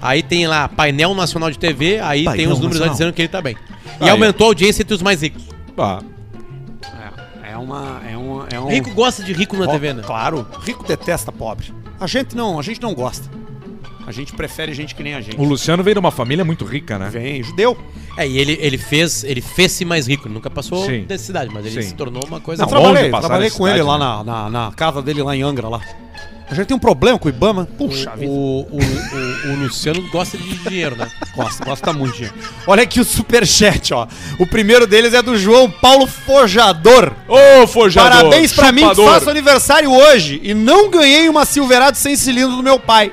C: Aí tem lá painel nacional de TV, aí tem
A: Painel
C: os números lá
A: Nacional.
C: dizendo que ele tá bem. E
B: Aí.
C: aumentou a audiência entre os mais ricos.
B: Ah,
A: É uma. É um. É um...
C: Rico gosta de rico na TV, né?
A: Claro. Rico detesta pobre. A gente não, a gente não gosta. A gente prefere gente que nem a gente.
B: o Luciano veio de uma família muito rica, né?
A: Vem, judeu.
C: É, e ele, ele fez ele fez-se mais rico. Ele nunca passou
B: Sim.
C: necessidade, mas ele
B: Sim.
C: se tornou uma coisa...
A: Não,
B: Não,
C: Fala-
A: trabalhei,
B: longe passar
A: trabalhei
B: na
A: com ele lá
B: cidade,
A: na, na, na casa dele lá em Angra lá. A gente tem um problema com o Ibama. Puxa vida.
C: o, o, o- o Luciano gosta de dinheiro, né?
A: Gosta, gosta muito, gente. Olha aqui o superchat, ó. O primeiro deles é do João Paulo Forjador.
B: Ô, Forjador!
A: Parabéns pra mim que
B: chupador.
A: faço aniversário hoje e não ganhei uma Silverado sem cilindro do meu pai.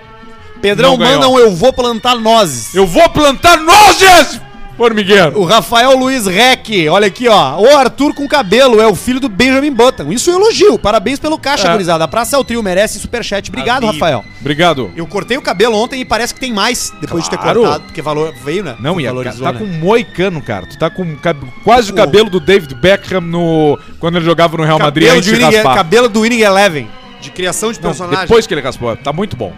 A: Pedrão
B: Não ganhou.
A: manda um eu vou plantar nozes.
B: Eu vou plantar nozes, formigueiro!
A: O Rafael Luiz Rec, olha aqui, ó. O Arthur com cabelo é o filho do Benjamin Button. Isso é um elogio. Parabéns pelo caixa,
B: É.
A: gurizada. A Praça é o trio, merece superchat. Obrigado, Rafael.
B: Obrigado.
A: Eu cortei o cabelo ontem e parece que tem mais depois de ter
B: Claro.
A: cortado, porque valor veio, né?
B: Não, e
A: valorizou,
B: tá
A: né?
B: com moicano, cara. Tu tá com cab- quase o
A: O-
B: cabelo do David Beckham no quando ele jogava no Real Madrid
A: cabelo,
B: antes
A: de
B: de
A: Winning-
B: raspar.
A: cabelo do Winning Eleven. De criação de
B: Não,
A: personagem.
B: depois que ele raspou, tá muito bom.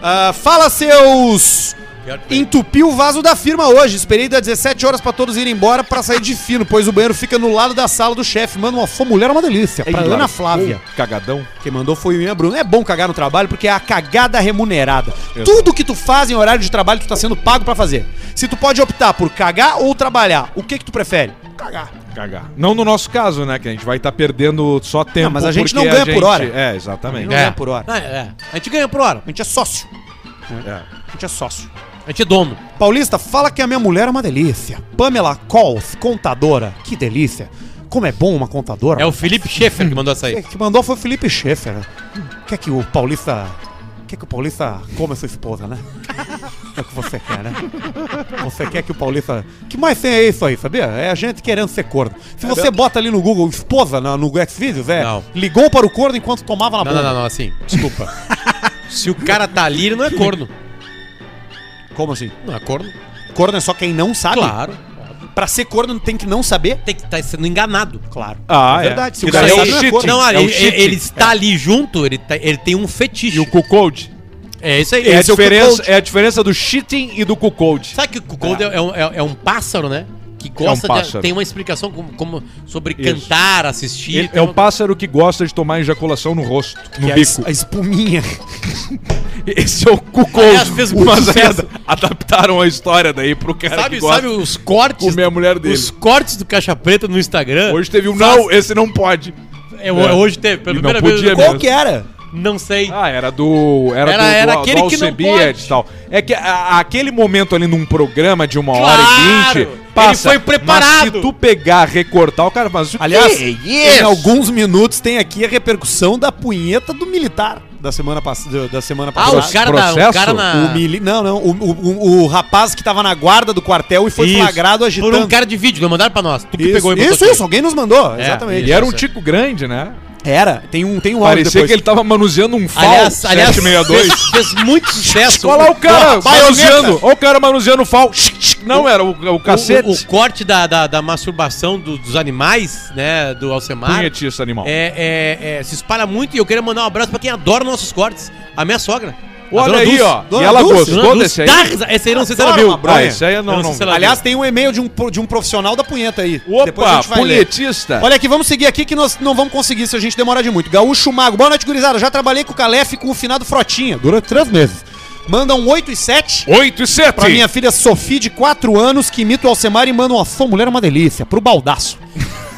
A: Ah, fala, seus.
C: Pior que-
A: Entupiu o vaso da firma hoje. Esperei das 17 horas pra todos irem embora pra sair de fino, pois o banheiro fica no lado da sala do chefe. Mano, uma fo- mulher é uma delícia. Pra
B: Ele
A: Ana
B: largou
A: Flávia.
B: o Tá Cagadão.
A: Quem mandou foi o Ian Bruno. É bom cagar no trabalho porque é a cagada remunerada. Tudo que tu faz em horário de trabalho, tu tá sendo pago pra fazer. Se tu pode optar por cagar ou trabalhar, o que que tu prefere? Cagar.
B: Cagar. Não no nosso caso, né? Que a gente vai estar perdendo só tempo.
A: mas a gente
B: porque
A: não ganha por hora.
B: É, exatamente.
A: Não ganha por hora.
C: É, é. A gente ganha por hora.
A: A gente é sócio.
B: É.
A: A gente é sócio.
C: A gente é dono.
A: Paulista, fala que a minha mulher é uma delícia. Pamela Colf, contadora, que delícia. Como é bom uma contadora.
C: É o Felipe Schaefer que mandou essa
A: Quem
C: aí.
A: que mandou foi o Felipe Schaefer. Quer que o paulista. Quer que o paulista coma sua esposa, né? É o que você quer, né? Você quer que o paulista. que mais tem é isso aí, sabia? É a gente querendo ser corno. Se você bota ali no Google esposa na- no Xvideos, é.
C: É Não.
A: Ligou para o corno enquanto tomava na
C: Não,
A: boca.
C: não, não, não, assim, desculpa. Se o cara tá ali, ele não é corno.
A: Como assim?
C: Não é corno?
A: Corno é só quem não sabe?
C: Claro.
A: Pra ser corno tem que não saber?
C: Tem que estar sendo enganado.
A: Claro.
B: Ah,
A: É verdade, se o
B: Que
A: cara
B: daí
A: sabe,
B: é
A: não
B: o
A: é
B: cheating.
A: corno.
C: Não,
B: é
C: ali,
B: o
C: ele,
B: cheating.
C: ele está ali junto, ele, tá- ele tem um fetiche.
B: E o cuckold.
C: É isso aí.
B: É a,
C: Esse o
B: diferença,
C: cuckold.
B: é a diferença do cheating e do cuckold.
C: Sabe que o cuckold é, é um, é- é um pássaro, né? Que gosta
B: um
C: de-
B: pássaro.
C: Tem uma explicação como, como- sobre
B: Isso.
C: cantar, assistir.
B: Ele
C: tem
B: é o
C: uma-
B: pássaro que gosta de tomar ejaculação no rosto, no
A: Que é a es-
B: bico.
A: a espuminha.
B: Esse é o
C: Aliás,
B: cuckold.
C: fez muito
B: Mas aí
C: sucesso.
B: ad- adaptaram a história daí pro cara
C: Sabe,
B: que gosta
C: sabe os
B: de
C: cortes?
B: comer a mulher dele.
C: Os cortes do Caixa Preta no Instagram.
B: Hoje teve um. Não, esse não pode.
C: É, ho-
B: É.
C: Hoje teve, pela
B: E não
C: primeira
B: podia
C: vez.
B: mesmo.
C: Qual-
A: Qual que era?
C: Não sei.
B: Ah, era do. Era,
C: Era-
B: do,
C: era
B: do,
C: aquele
B: do
C: que não
B: Alcebiades
C: pode.
B: e tal. É que a- aquele momento ali num programa de uma hora e vinte.
C: Claro! Ele
B: Passa,
C: foi preparado.
B: Mas se tu pegar, recortar, o cara faz.
A: Aliás, em
C: É isso?
A: alguns minutos tem aqui a repercussão da punheta do militar da semana, pass da- da semana
C: Ah,
A: passada.
C: o cara, da, o
B: processo?
C: cara na.
A: O mili... Não, não. O, o- o- o rapaz que tava na guarda do quartel e foi
C: Isso.
A: flagrado
C: Por
A: agitando.
C: um cara de vídeo, não mandaram pra nós. Tu que
A: Isso,
C: pegou e botou
A: isso,
C: aqui.
A: isso, alguém nos mandou.
C: É,
A: exatamente.
B: E era um tico grande, né?
A: Era. Tem um, tem um áudio
B: Parecia que ele tava manuseando um FAL
C: Aliás, aliás
B: 762.
C: fez, fez muito sucesso.
B: Olha lá é o cara
A: Baioneta.
B: manuseando. Olha o cara manuseando o FAL. Não, era o, o cacete.
C: O, o corte da, da, da masturbação do- dos animais, né, do Alcemar, é,
B: Punhetista animal.
C: é- é, se espalha muito e eu queria mandar um abraço pra quem adora nossos cortes. A minha sogra. a
B: Olha
C: dona
B: aí,
C: Dulce.
B: ó. E
A: Dona
B: ela
A: Dulce,
C: Dona
B: gostou
C: Dulce,
B: desse
C: dá
B: aí?
C: risa- Essa aí não sei se ela
A: Adoro
C: viu.
A: uma bronha.
B: Ah, esse aí eu não-
C: Eu não sei
B: não-
C: se ela-
A: Aliás, tem um e-mail de um, pro- de um profissional da punheta aí. Depois a
B: Opa,
A: gente vai ler.
C: É.
B: punhetista.
A: Olha aqui, vamos seguir aqui que nós não vamos conseguir se a gente demorar de muito. Gaúcho Mago. Boa noite, gurizada. Já trabalhei com o Calef e com o finado Frotinha durante três meses. Manda um 8 e 7.
B: 8 e 7.
A: Pra minha filha Sofia, de 4 anos, que imita o Alcemar e manda uma sua mulher é uma delícia, pro baldaço.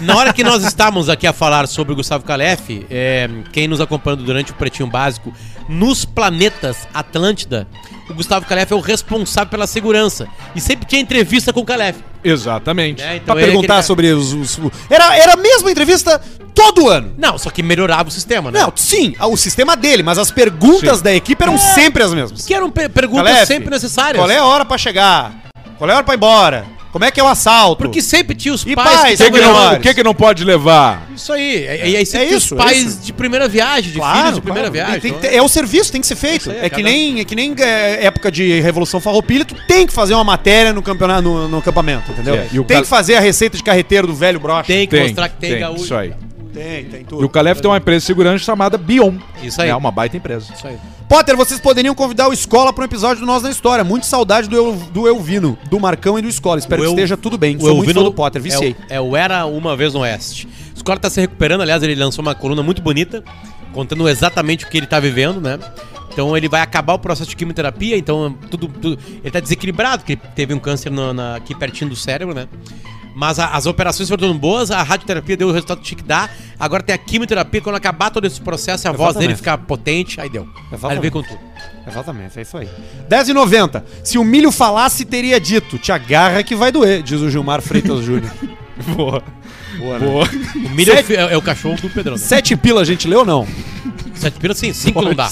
C: Na hora que nós estávamos aqui a falar sobre o Gustavo Calef, é, quem nos acompanhando durante o Pretinho Básico, nos planetas Atlântida, o Gustavo Calef é o responsável pela segurança. E sempre tinha entrevista com o Calef.
B: Exatamente.
C: né? Então
A: Pra
C: ele é
A: perguntar
C: aquele cara-
A: sobre os. os- o- Era, era a mesma entrevista todo ano.
C: Não, só que melhorava o sistema, né?
A: Não, sim, o sistema dele, mas as perguntas da equipe eram sempre as mesmas.
C: Que eram pe- perguntas
A: Calef,
C: sempre necessárias.
A: Qual é a hora pra chegar? Qual é a hora pra ir embora? Como é que é o assalto?
C: Porque sempre tinha os
A: E
C: pais
A: pais,
B: O que, que
A: Segura
B: não,
A: Soares.
B: o que que não pode levar?
C: Isso aí. E, e aí sempre
A: É
C: tinha
A: isso, é
C: os pais
A: isso.
C: de primeira viagem, de filhos de primeira viagem.
A: Tem que
C: então,
A: ter- é o serviço, tem que ser feito.
C: Isso aí,
A: é, que
C: cada-
A: nem, é que nem é, época de Revolução Farroupilha, tu tem que fazer uma matéria no campeonato, no, no acampamento, entendeu?
B: É, e o
A: tem
B: cal-
A: que fazer a receita de carreteiro do velho broche.
C: Tem que mostrar que tem, gaúcho.
B: Isso aí.
A: tem, tem tudo.
B: E o Calef tem uma empresa de segurança chamada Bion.
C: Isso aí.
B: É uma baita empresa.
C: Isso aí.
A: Potter, vocês poderiam convidar o Escola para um episódio do Nós na História. Muito saudade do, eu, do Elvino, do Marcão e do Escola. Espero
C: O
A: que
C: Eu-
A: esteja tudo bem.
C: O
A: Sou muito
C: Elvino
A: fã do Potter, viciei.
C: É, o- é o Era Uma Vez no Oeste. O Scott tá se recuperando, aliás, ele lançou uma coluna muito bonita, contando exatamente o que ele tá vivendo, né? Então ele vai acabar o processo de quimioterapia, então tudo. tudo- ele tá desequilibrado, que ele teve um câncer na- na- aqui pertinho do cérebro, né? Mas a- as operações foram dando boas, a radioterapia deu o resultado que tinha que dar. Agora tem a quimioterapia, quando acabar todo esse processo, a voz
A: Exatamente.
C: dele ficar potente, aí deu. Aí ele
A: Exatamente.
C: veio com tudo.
A: Exatamente, é isso aí. 10,90. Se o milho falasse, teria dito: te agarra que vai doer, diz o Gilmar Freitas Júnior.
B: Boa.
A: Boa, né?
B: Boa.
C: O milho é, o fi- é- é o cachorro do Pedrão. Né?
A: Sete pila a gente leu ou não?
C: Sete pilas, sim, cinco não dá.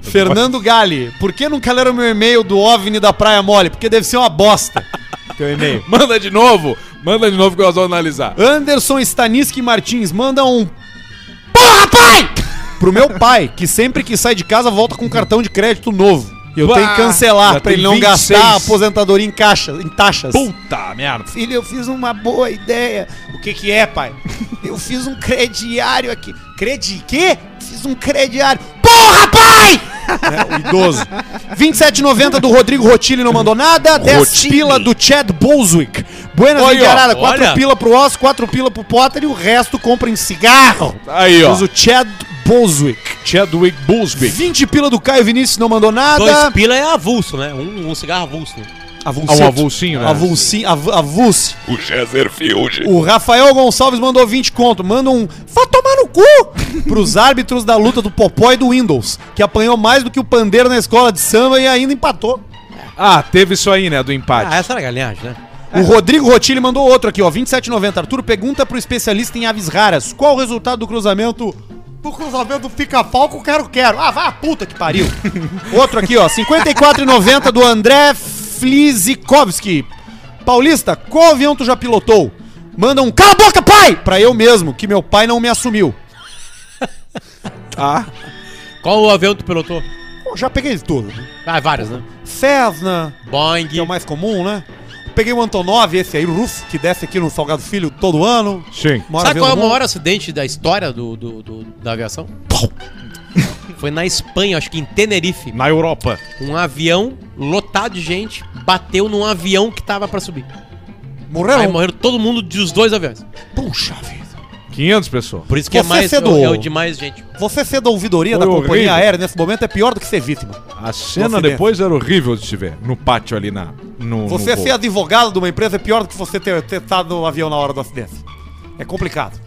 A: Fernando Gale, por que nunca leram meu e-mail do OVNI da Praia Mole? Porque deve ser uma bosta. Teu e-mail.
B: Manda de novo. Manda de novo que nós vamos analisar.
A: Anderson Staniski Martins manda um. Porra, pai! Pro meu pai, que sempre que sai de casa volta com um cartão de crédito novo. E eu
B: Bah,
A: tenho que
B: já
A: cancelar pra ele
B: tem
A: não
B: 26.
A: gastar a aposentadoria em, caixa, em taxas.
B: Puta merda.
A: Filho, eu fiz uma boa ideia. O que que é, pai? Eu fiz um crediário aqui. Credi quê? Fiz um crediário. Porra, pai! É, o idoso. 27,90 do Rodrigo Rotili não mandou nada. 10
B: Rotili.
A: pila do Chad Boswick. Buenas
B: Olha,
A: Vigarada, 4
C: olha.
A: pila pro Oz, 4 pila pro Potter e o resto compra em cigarro.
B: Aí, ó.
A: Diz o Chad Boswick.
B: Chadwick Busby.
A: 20 pila do Caio Vinícius não mandou
C: Dois
A: nada.
C: pila é avulso, né? Um, um cigarro avulso. Né?
B: Ah,
A: Avulso.
B: um avulsinho, né?
A: Avulsinho, av- avulso.
E: O Cheser Field.
A: O Rafael Gonçalves mandou 20 conto. Manda um vá tomar no cu pros árbitros da luta do Popó e do Windows, que apanhou mais do que o pandeiro na escola de samba e ainda empatou.
B: Ah, teve isso aí, né? Do empate.
C: Ah, essa era a galinhagem, né?
A: O Rodrigo Rotilli mandou outro aqui, ó. 2790. Arthur pergunta pro especialista em aves raras: qual o resultado do cruzamento? Do cruzamento fica-pau com quero-quero. Ah, vai a puta que pariu. outro aqui, ó. 54,90 do André Flizikovski. Paulista, qual avião tu já pilotou? Manda um cala a boca, pai! Pra eu mesmo, que meu pai não me assumiu. Tá.
C: Qual o avião que tu pilotou?
A: Bom, já peguei de tudo.
C: Ah, vários, né?
A: Cessna,
C: Boeing.
A: que é o mais comum, né? Peguei o Antonov, esse aí, o Ruf, que desce aqui no Salgado Filho todo ano.
B: Sim.
A: Mora
C: Sabe
A: vez
C: qual é o
A: no mundo.
C: maior acidente da história do, do- do- da aviação? Foi na Espanha, acho que em Tenerife.
B: Na Europa.
C: Um avião lotado de gente bateu num avião que tava pra subir.
A: Morreu?
C: Aí morreram todo mundo dos dois aviões.
A: Puxa vida.
B: 500 pessoas.
C: Por isso que é
A: Você
C: mais é
A: cedo.
C: o, é o de mais gente.
A: Você ser da ouvidoria
B: Foi
A: da companhia
B: horrível.
A: aérea nesse momento é pior do que ser vítima.
B: A cena
A: Nossa,
B: depois era horrível de se ver. No pátio ali na. No, no
A: Você é
B: voo.
A: ser advogado de uma empresa é pior do que você ter, ter estado no avião na hora do acidente. É complicado.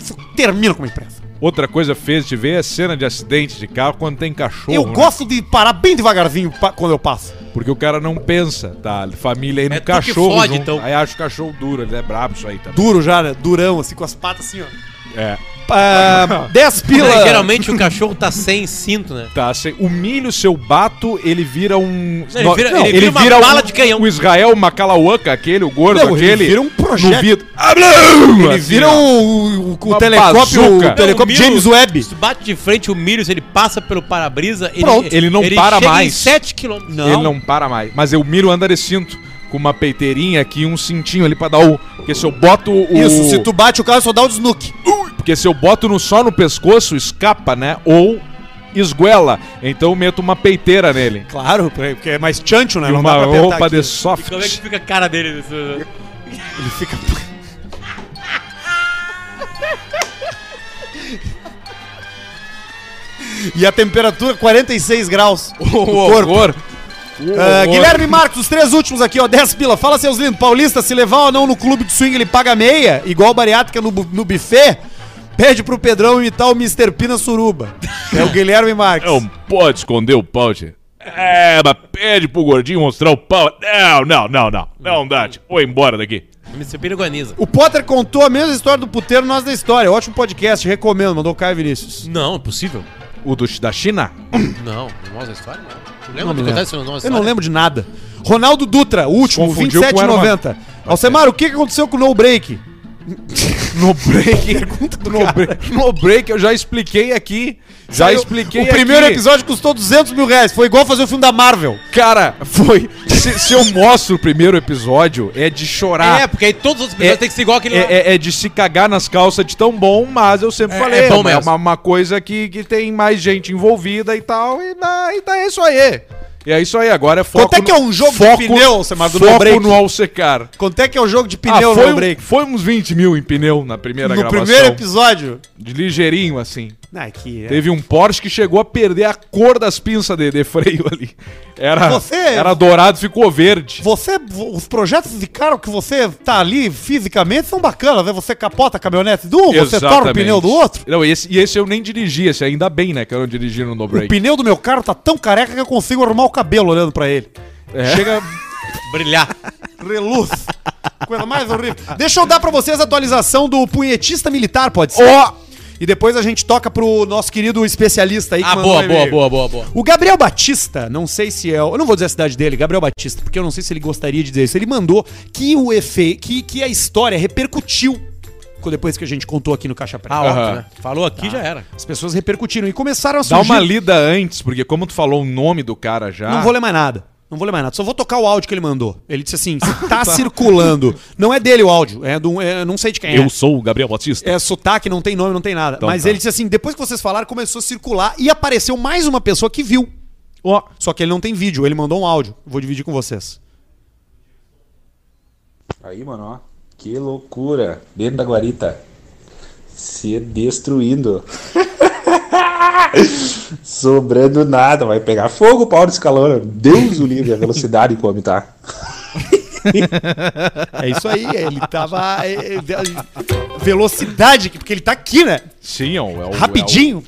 A: Isso termina com uma empresa.
B: Outra coisa fez de se ver é cena de acidente de carro quando tem cachorro.
A: eu
B: né?
A: gosto de parar bem devagarzinho pa- quando eu passo.
B: Porque o cara não pensa, tá? Família aí no
C: É tu que
B: cachorro.
C: fode,
B: junto.
C: então.
B: Aí acha o cachorro duro, ele é brabo isso aí também.
A: Duro já, né? Durão, assim, com as patas assim, ó.
B: É.
A: Ah, 10
C: Mas,
A: pila.
C: geralmente o cachorro tá sem cinto, né?
B: Tá, assim, o milho, seu bato, ele vira um.
C: ele vira- ele vira uma bala de canhão.
B: O Israel Macalauaca, aquele, o gordo,
A: Não, ele
B: aquele.
A: vira um projeto.
B: No vidro. um-
A: Ele vira um, o, o, o
B: Uma
A: telescópio,
B: bazuca.
A: Então, o telescópio
C: Não, o Milo-
A: James Webb.
C: Se tu bate de frente, o milho, se ele passa pelo para-brisa, ele,
B: Pronto, ele não para
C: chega
B: mais.
C: Em 7 km.
B: Ele não para mais. Mas eu miro andar de cinto. Com uma peiteirinha aqui e um cintinho ali pra dar o. Porque se eu boto o.
A: Isso, se tu bate o carro, só dá o snook.
B: Porque se eu boto no, só no pescoço, escapa, né? Ou esguela. Então eu meto uma peiteira nele.
A: Claro, porque é mais chancho, né?
B: E
A: Não
B: uma
A: dá pra apertar
B: roupa
A: aqui.
B: de soft.
C: E como é que fica a cara dele?
A: Ele fica... E a temperatura 46 graus.
B: O
A: corpo.
B: horror.
A: Ah, Guilherme Marcos, os três últimos aqui, ó, 10 pila. Fala, seus lindos. Paulista, se levar ou não no clube de swing, ele paga meia, igual bariátrica no, bu- no buffet. Pede pro Pedrão imitar o Mr. Pina Suruba. É o Guilherme Marcos.
D: Não pode esconder o pau, tchê. É, mas pede pro gordinho mostrar o pau. Não, não, não, não. Não dá, tchê. Vou embora daqui.
C: Me superiganiza.
A: O Potter contou a mesma história do puteiro, nós da história. Ótimo podcast, recomendo. Mandou o Caio Vinícius.
C: Não, é possível.
B: O do, da China?
C: Não, nós da história não. Tu
A: Não me
C: lembra do que
A: lembro.
C: acontece no nosso
A: Eu não lembro de nada. Ronaldo Dutra, o último,
B: Confundiu com o Herman. Tá
A: 27,90. Alcemar, o que que aconteceu com o No Break?
B: No break. no, break no break eu já expliquei aqui. Já
A: Saiu-
B: expliquei
A: O primeiro
B: aqui.
A: episódio custou 200 mil reais. Foi igual fazer o filme da Marvel.
B: Cara, foi. Se, se eu mostro o primeiro episódio, é de chorar.
C: É, porque aí todos os outros episódios têm que ser igual aquele lá.
B: É, é- é de se cagar nas calças de tão bom, mas eu sempre
C: É-
B: falei,
C: é bom
B: uma-
C: mesmo.
B: uma, uma coisa que, que tem mais gente envolvida e tal, e, dá, e dá isso aí. E é isso aí, agora é foco
A: Quanto é que é um jogo de
B: foco,
A: pneu, Samar, do
B: foco
A: No Break?
B: no alsecar.
A: Quanto é que é o jogo de
B: Ah,
A: pneu
B: foi,
A: No
B: um-
A: Break?
B: foi uns 20 mil em pneu na primeira
A: No
B: gravação.
A: primeiro episódio.
B: De ligeirinho, assim.
A: Ah, que é.
B: Teve um Porsche que chegou a perder a cor das pinças de, de freio ali. Era,
A: Você-
B: era dourado, ficou verde.
A: Você, os projetos de carro que você tá ali fisicamente são bacanas, né? Você capota a caminhonete de um, você torna o
B: Exatamente.
A: pneu do outro.
B: Não, esse, e esse eu nem dirigi, esse ainda bem, né? Que eu não dirigi no No
A: O
B: Break.
A: pneu do meu carro tá tão careca que eu consigo arrumar o cabelo olhando pra ele.
B: É.
A: Chega,
C: Brilhar.
A: reluz. Coisa mais horrível. Deixa eu dar pra vocês a atualização do punhetista militar, pode ser?
B: Ó!
A: E depois a gente toca pro nosso querido especialista aí que
C: Ah,
A: mandou
C: boa,
A: um
C: boa,
A: e-mail.
C: boa, boa, boa.
A: O Gabriel Batista, não sei se é. o- Eu não vou dizer a cidade dele, Gabriel Batista, porque eu não sei se ele gostaria de dizer isso. Ele mandou que o efe, que, que a história repercutiu co- depois que a gente contou aqui no Caixa Preta.
C: Ah, óbvio,
B: Aham.
C: né? Falou aqui, já era.
A: As pessoas repercutiram e começaram a
B: Dá
A: surgir.
B: uma lida antes, porque como tu falou o nome do cara já.
A: Não vou ler mais nada. Não vou ler mais nada. Só vou tocar o áudio que ele mandou. Ele disse assim: se tá circulando. Não é dele o áudio, é do. é- não sei de quem é.
D: Eu sou o Gabriel Batista.
A: É sotaque, não tem nome, não tem nada.
B: Então
A: Mas
D: tá.
A: ele disse assim: depois que vocês falaram, começou a circular e apareceu mais uma pessoa que viu.
B: Ó,
A: Só que ele não tem vídeo, ele mandou um áudio. Vou dividir com vocês.
F: Aí, mano, ó. Que loucura. Dentro da guarita. Se destruindo. Sobrando nada. Vai pegar fogo o pau desse calor. Deus o livre. A velocidade come, tá?
A: É isso aí, ele tava. é, é, velocidade, porque ele tá aqui, né?
B: sim, é o. é o-
A: Rapidinho.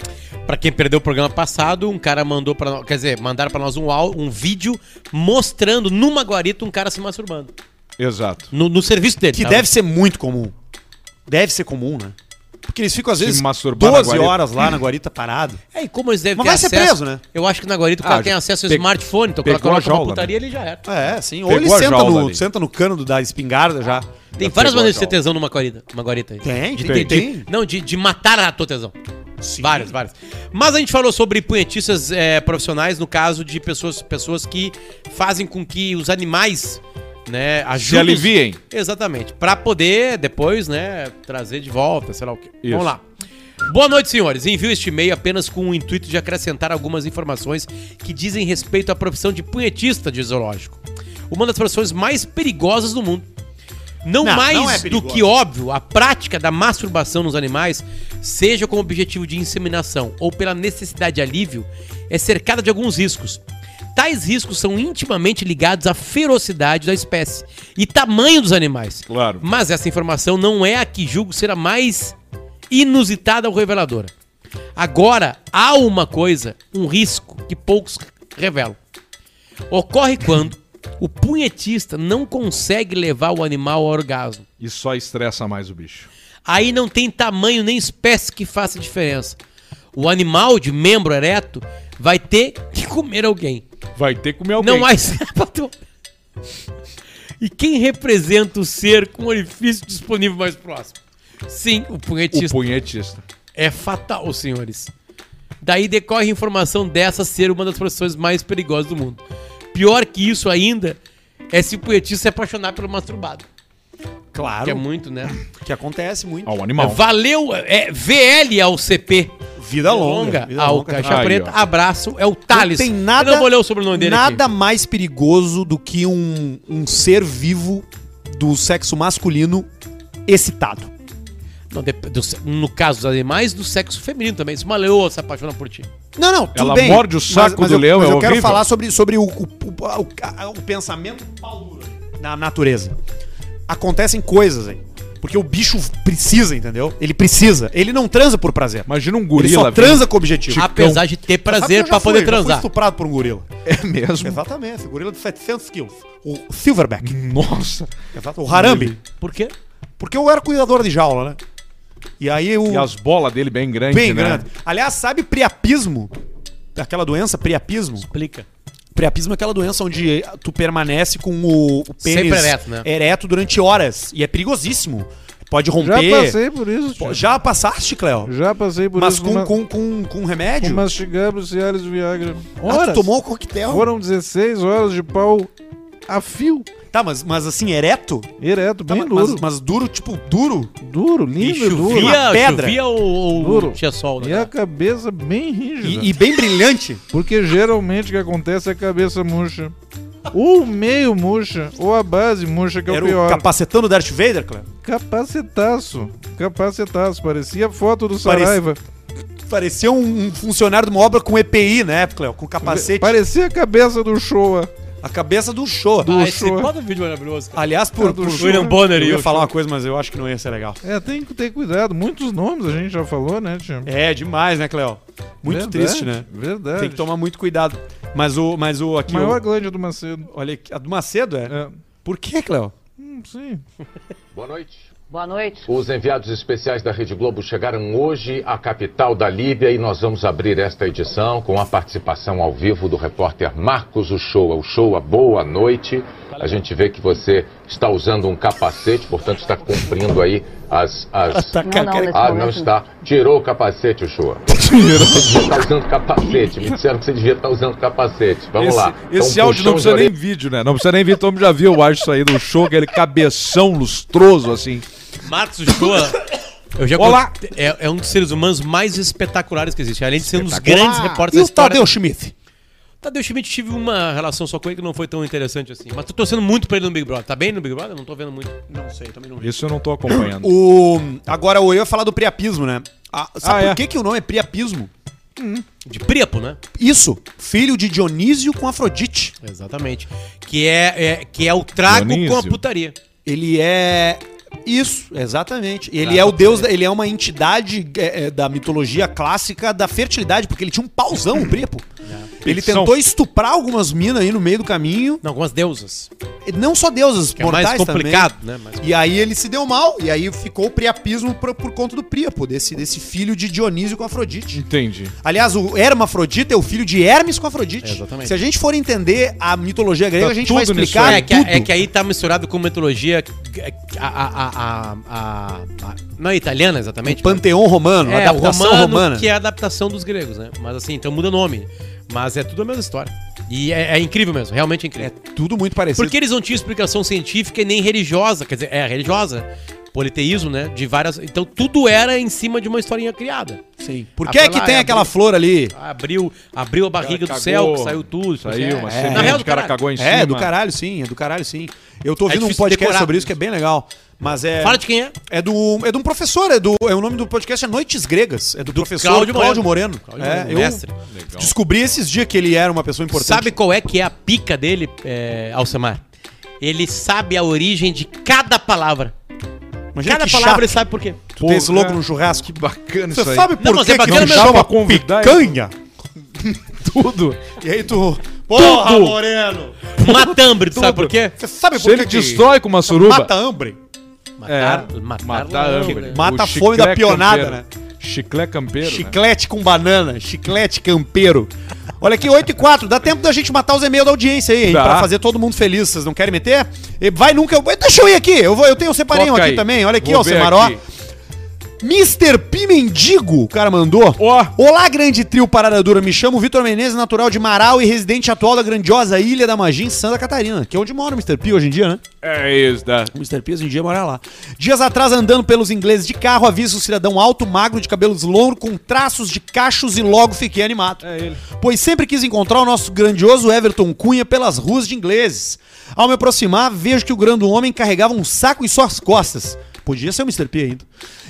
C: Pra quem perdeu o programa passado, um cara mandou pra nós. Quer dizer, mandaram pra nós um, au- um vídeo mostrando numa guarita um cara se masturbando.
B: Exato.
C: No, no serviço dele.
B: é
A: Que
C: tá?
A: deve ser muito comum. Deve ser comum, né? Porque eles ficam, às
B: Se
A: vezes,
B: masturbar na
A: 12
B: guarita.
A: horas lá na guarita parado.
C: É, e como eles devem
A: Mas
C: ter
A: vai ser
C: acesso...
A: preso, né?
C: Eu acho que na Guarita o
B: Ah,
C: cara
B: já
C: tem acesso ao
B: pe-
C: smartphone, então o cara
B: pegou a
C: coloca uma
B: jaula, né? Ah,
C: putaria e ele já era.
A: É, sim. Ou
B: Pegou
A: ele
B: a
A: senta
B: jaula
A: no,
B: ali.
A: senta no cano da espingarda já.
C: Tem
B: Já
C: várias
B: pegou a
C: maneiras de ter
B: jaula.
C: tesão numa guarita. Uma guarita. aí.
A: Tem,
C: de,
A: tem,
C: de- de-
A: tem.
C: Não, de, de matar a tua tesão. Várias, várias. Mas a gente falou sobre punhetistas é, profissionais, no caso de pessoas, pessoas que fazem com que os animais né, ajudem.
B: aliviem.
C: Exatamente. Pra poder depois, né, trazer de volta, sei lá o quê.
B: Isso.
C: Vamos lá. Boa noite, senhores. Envio este e-mail apenas com o intuito de acrescentar algumas informações que dizem respeito à profissão de punhetista de zoológico. Uma das profissões mais perigosas do mundo. Não,
A: Não,
C: mais
A: não é
C: do
A: perigosa.
C: que óbvio, a prática da masturbação nos animais, seja com o objetivo de inseminação ou pela necessidade de alívio, é cercada de alguns riscos. Tais riscos são intimamente ligados à ferocidade da espécie e tamanho dos animais.
B: Claro.
C: Mas essa informação não é a que julgo ser a mais inusitada ou reveladora. Agora, há uma coisa, um risco que poucos revelam. Ocorre quando o punhetista não consegue levar o animal ao orgasmo.
B: E só estressa mais o bicho.
C: Aí não tem tamanho nem espécie que faça diferença. O animal de membro ereto vai ter que comer alguém.
B: Vai ter que comer alguém.
C: Não há escapatória. E quem representa o ser com o orifício disponível mais próximo? Sim, o
B: O
C: punhetista.
B: punhetista.
C: É fatal, senhores. Daí decorre a informação dessa ser uma das profissões mais perigosas do mundo. Pior que isso ainda é se o punhetista se apaixonar pelo masturbado.
A: Claro.
C: Que é muito, né?
A: que acontece muito.
B: Ah, o animal.
C: Valeu, é VL ao CP.
A: Vida longa. vida
C: ao
A: longa.
C: Ah,
A: tá
C: Caixa
B: Aí,
C: Preta.
B: ó.
C: Abraço, é o
A: Não
C: Thales.
A: tem nada,
C: Eu não vou ler o sobrenome dele
A: nada
C: aqui.
A: mais perigoso do que um, um ser vivo do sexo masculino excitado.
C: Não, dep- do se- no caso dos animais, do sexo feminino também. Se uma leoa se apaixona por ti.
A: Não, não, tudo
B: Ela
A: bem.
B: morde o saco do
A: eu,
B: leão,
A: mas
B: é
A: eu quero
B: horrível.
A: falar sobre, sobre o, o, o- o- a- o pensamento pau duro na natureza. Acontecem coisas aí. Porque o bicho precisa, entendeu? Ele precisa. Ele não transa por prazer.
B: Imagina um
A: ele
B: gorila.
A: só transa com objetivo.
C: Apesar de ter prazer pra poder transar.
A: estuprado por um gorila.
B: É mesmo.
A: Exatamente. O gorila de 700 quilos. O silverback.
B: Hum. Nossa.
A: Exato. O
B: Hum.
A: harambe.
C: Por quê?
A: Porque eu era cuidador de jaula, né? E aí o...
B: E as bolas dele bem grandes,
A: Bem
B: né?
A: grande. Aliás, sabe priapismo? Aquela doença, priapismo?
C: Explica.
A: Priapismo é aquela doença onde tu permanece com o, o pênis
C: Sempre ereto, né?
A: ereto durante horas. E é perigosíssimo. Pode
G: Já
A: romper.
G: passei por isso,
A: Pô,
G: tio.
A: Já passaste, Cleo?
G: Já passei por
A: Mas
G: isso.
A: com,
G: ma-
A: com, com, com remédio?
G: Mastigamos Cialis Viagra.
A: Ah,
G: Horas.
A: tu tomou o coquetel?
G: Foram 16 horas de pau a fio,
A: Tá, mas, mas assim, ereto?
G: ereto,
A: Tá,
G: bem
A: mas- mas,
G: duro.
A: mas duro, tipo, duro?
G: Duro, lindo e duro.
A: chovia. Uma pedra.
C: chovia ou,
G: Duro.
C: ou tinha sol, né?
G: E a cabeça bem rígida.
A: E, e bem brilhante?
G: Porque geralmente o que acontece é a cabeça murcha. Ou o meio murcha, ou a base murcha, que é
A: Era
G: o
A: o
G: pior.
A: capacetando Darth Vader, Cleo?
G: Capacetaço. Capacetaço. Parecia a foto do Saraiva.
A: Parecia um, um funcionário de uma obra com EPI, né, Cleo? Com capacete.
G: Parecia a cabeça do Showa.
A: A cabeça do show.
G: Do-
C: Ah, esse
G: Show.
C: bota um vídeo maravilhoso, cara.
A: Aliás, por, por
G: Show. William
A: Bonner. Eu ia
C: o
A: falar uma coisa, mas eu acho que não ia ser legal.
G: É, tem que ter cuidado. Muitos nomes a gente já falou, né, Tim?
A: É, demais, né, Cleo?
G: Verdade,
A: Muito triste, né?
G: Verdade.
A: Tem que tomar muito cuidado. Mas o, mas o aqui.
G: Maior
A: Maior...
G: glândula do Macedo.
A: olha aqui, a do Macedo é.
G: É.
A: Por que, Cleo?
G: Hum, sim.
H: Boa noite.
I: Boa noite.
H: Os enviados especiais da Rede Globo chegaram hoje à capital da Líbia e nós vamos abrir esta edição com a participação ao vivo do repórter Marcos Uchoa. Uchoa, boa noite. A gente vê que você está usando um capacete, portanto está cumprindo aí as... as...
B: Tá,
I: Não, não, nesse
H: Ah,
I: momento
H: não está. Tirou o capacete, Uchoa. Você devia estar usando capacete. Me disseram que você devia estar usando capacete. Vamos
B: Esse,
H: lá.
B: esse
H: Então,
B: áudio não
H: puxão
B: precisa
H: de
B: nem
H: orelha.
B: vídeo, né? Não precisa nem vídeo. Todo mundo já viu, eu acho, isso aí do show, aquele cabeção lustroso, assim.
C: Marcos Joa. Eu já
B: Olá.
C: contei- É, é um dos seres humanos mais espetaculares que existe. Além de ser um dos grandes repórteres
A: E
C: da
A: o
C: história.
A: Tadeu Schmidt?
C: Tadeu Schmidt, tive uma relação só com ele que não foi tão interessante assim. Mas tô torcendo muito pra ele no Big Brother. Tá bem no Big Brother? Eu Não tô vendo muito.
A: Não sei, também não
B: Isso eu não tô acompanhando.
A: O, agora, o eu ia falar do priapismo, né? Ah, sabe
B: Ah,
A: por
B: é.
A: que, que o nome é priapismo?
C: De Prepo, né?
A: Isso, filho de Dionísio com Afrodite.
C: Exatamente. Que é, é- que é o trago
B: Dionísio.
C: com a putaria.
A: Ele é. Isso, exatamente. Ele é o deus, da- ele é uma entidade é, é, da mitologia clássica da fertilidade, porque ele tinha um pauzão, o Priapo. Ele
B: Petição.
A: tentou estuprar algumas minas aí no meio do caminho.
C: Não, algumas deusas.
A: E Não só deusas,
C: Que é mais
A: mortais
C: complicado,
A: também.
C: né? Mas...
A: E aí ele se deu mal, e aí ficou o priapismo por, por conta do Priapo, desse, desse filho de Dionísio com Afrodite.
B: Entendi.
A: Aliás, o Hermafrodita é o filho de Hermes com Afrodite.
C: É, exatamente.
A: Se a gente for entender a mitologia grega,
B: Tá
A: a gente
B: tudo
A: vai
B: nisso
A: explicar
B: aí.
C: é, que,
A: Ah, tudo.
C: é que aí tá misturado com mitologia. A, a- a- a- a- a- não é italiana, exatamente.
A: O panteão romano, a
C: é,
A: adaptação
C: romano,
A: romana.
C: que é a adaptação dos gregos, né? Mas assim, então muda nome. Mas é tudo a mesma história. E é, é incrível mesmo, realmente é
A: É
C: incrível.
A: tudo muito parecido.
C: Porque eles não tinham explicação científica e nem religiosa, quer dizer, é religiosa, politeísmo, né? De várias. Então tudo era em cima de uma historinha criada.
A: Sim. Por que é
C: Ah,
A: que
C: foi lá,
A: tem
C: é,
A: aquela
C: abriu.
A: flor ali?
C: Abriu, abriu a barriga
B: Cara,
C: do céu, que
B: cagou,
C: saiu tudo. tipo,
B: saiu
C: é,
B: uma
C: é,
B: semente,
C: na real,
B: o
C: do
B: cara
C: caralho.
B: cagou em cima.
A: É, do caralho sim, é do caralho sim. Eu tô ouvindo um
C: difícil
A: podcast
C: decorar.
A: sobre isso que é bem legal. Mas é.
C: Fala de quem é.
A: É do, é de um professor, é do, é o nome do podcast é Noites Gregas, é do, professor
C: Cláudio
A: Cláudio
C: Moreno.
A: Moreno.
C: Cláudio
A: é,
C: Moreno,
A: eu
C: mestre.
A: descobri esses dias que ele era uma pessoa importante.
C: Sabe qual é que é a pica dele, é, Alcemar? Ele sabe a origem de cada palavra.
A: Imagina
C: cada
A: que
C: palavra
A: chato
C: ele sabe por quê.
A: tu ter esse louco
B: Porra.
A: no churrasco.
B: Que bacana
A: Você
B: isso aí.
A: sabe
C: Não,
A: por
C: mas
A: que
C: é
A: que
C: bacana
A: não
C: mesmo.
A: chama
B: Convidar
A: picanha?
B: tudo.
A: E aí tu... Porra,
B: Tudo.
A: Moreno!
C: Matambre, tu sabe
B: Tudo.
C: por quê?
A: Você sabe
B: Se
A: por
B: ele
A: que que
B: destrói com uma suruba...
A: mata hambre?
C: Matar,
B: É,
C: matar,
B: matar a
C: lambre.
B: âmbria.
A: Mata
B: O
A: a fome da
B: chiclé
A: pionada,
B: campeiro. Chiclé campeiro, né?
A: Chiclete com banana, chiclete campeiro. Olha aqui, 8 e 4. Dá tempo da gente matar os e-mails da audiência aí, hein?
B: Dá.
A: Pra fazer todo mundo feliz. Vocês não querem meter? E Vai nunca. eu- Deixa eu ir aqui. Eu, vou, eu tenho um separinho
B: Toca
A: aqui
B: aí.
A: também. Olha aqui,
B: Vou
A: ó,
B: ver
A: Semaró.
B: aqui.
A: Mr. Pimendigo, o cara mandou.
B: Ó.
A: Olá, grande trio Parada Dura. Me chamo Vitor Menezes, natural de Marau e residente atual da grandiosa Ilha da Magia em Santa Catarina, que é onde mora o Mr. P hoje em dia, né?
B: É isso, tá?
A: O Mr. P hoje em dia mora lá. Dias atrás, andando pelos ingleses de carro, avisa um cidadão alto, magro, de cabelos longos, com traços de cachos e logo fiquei animado.
B: É ele.
A: Pois sempre quis encontrar o nosso grandioso Everton Cunha pelas ruas de ingleses. Ao me aproximar, vejo que o grande homem carregava um saco em suas costas. Podia ser o Mr. P ainda.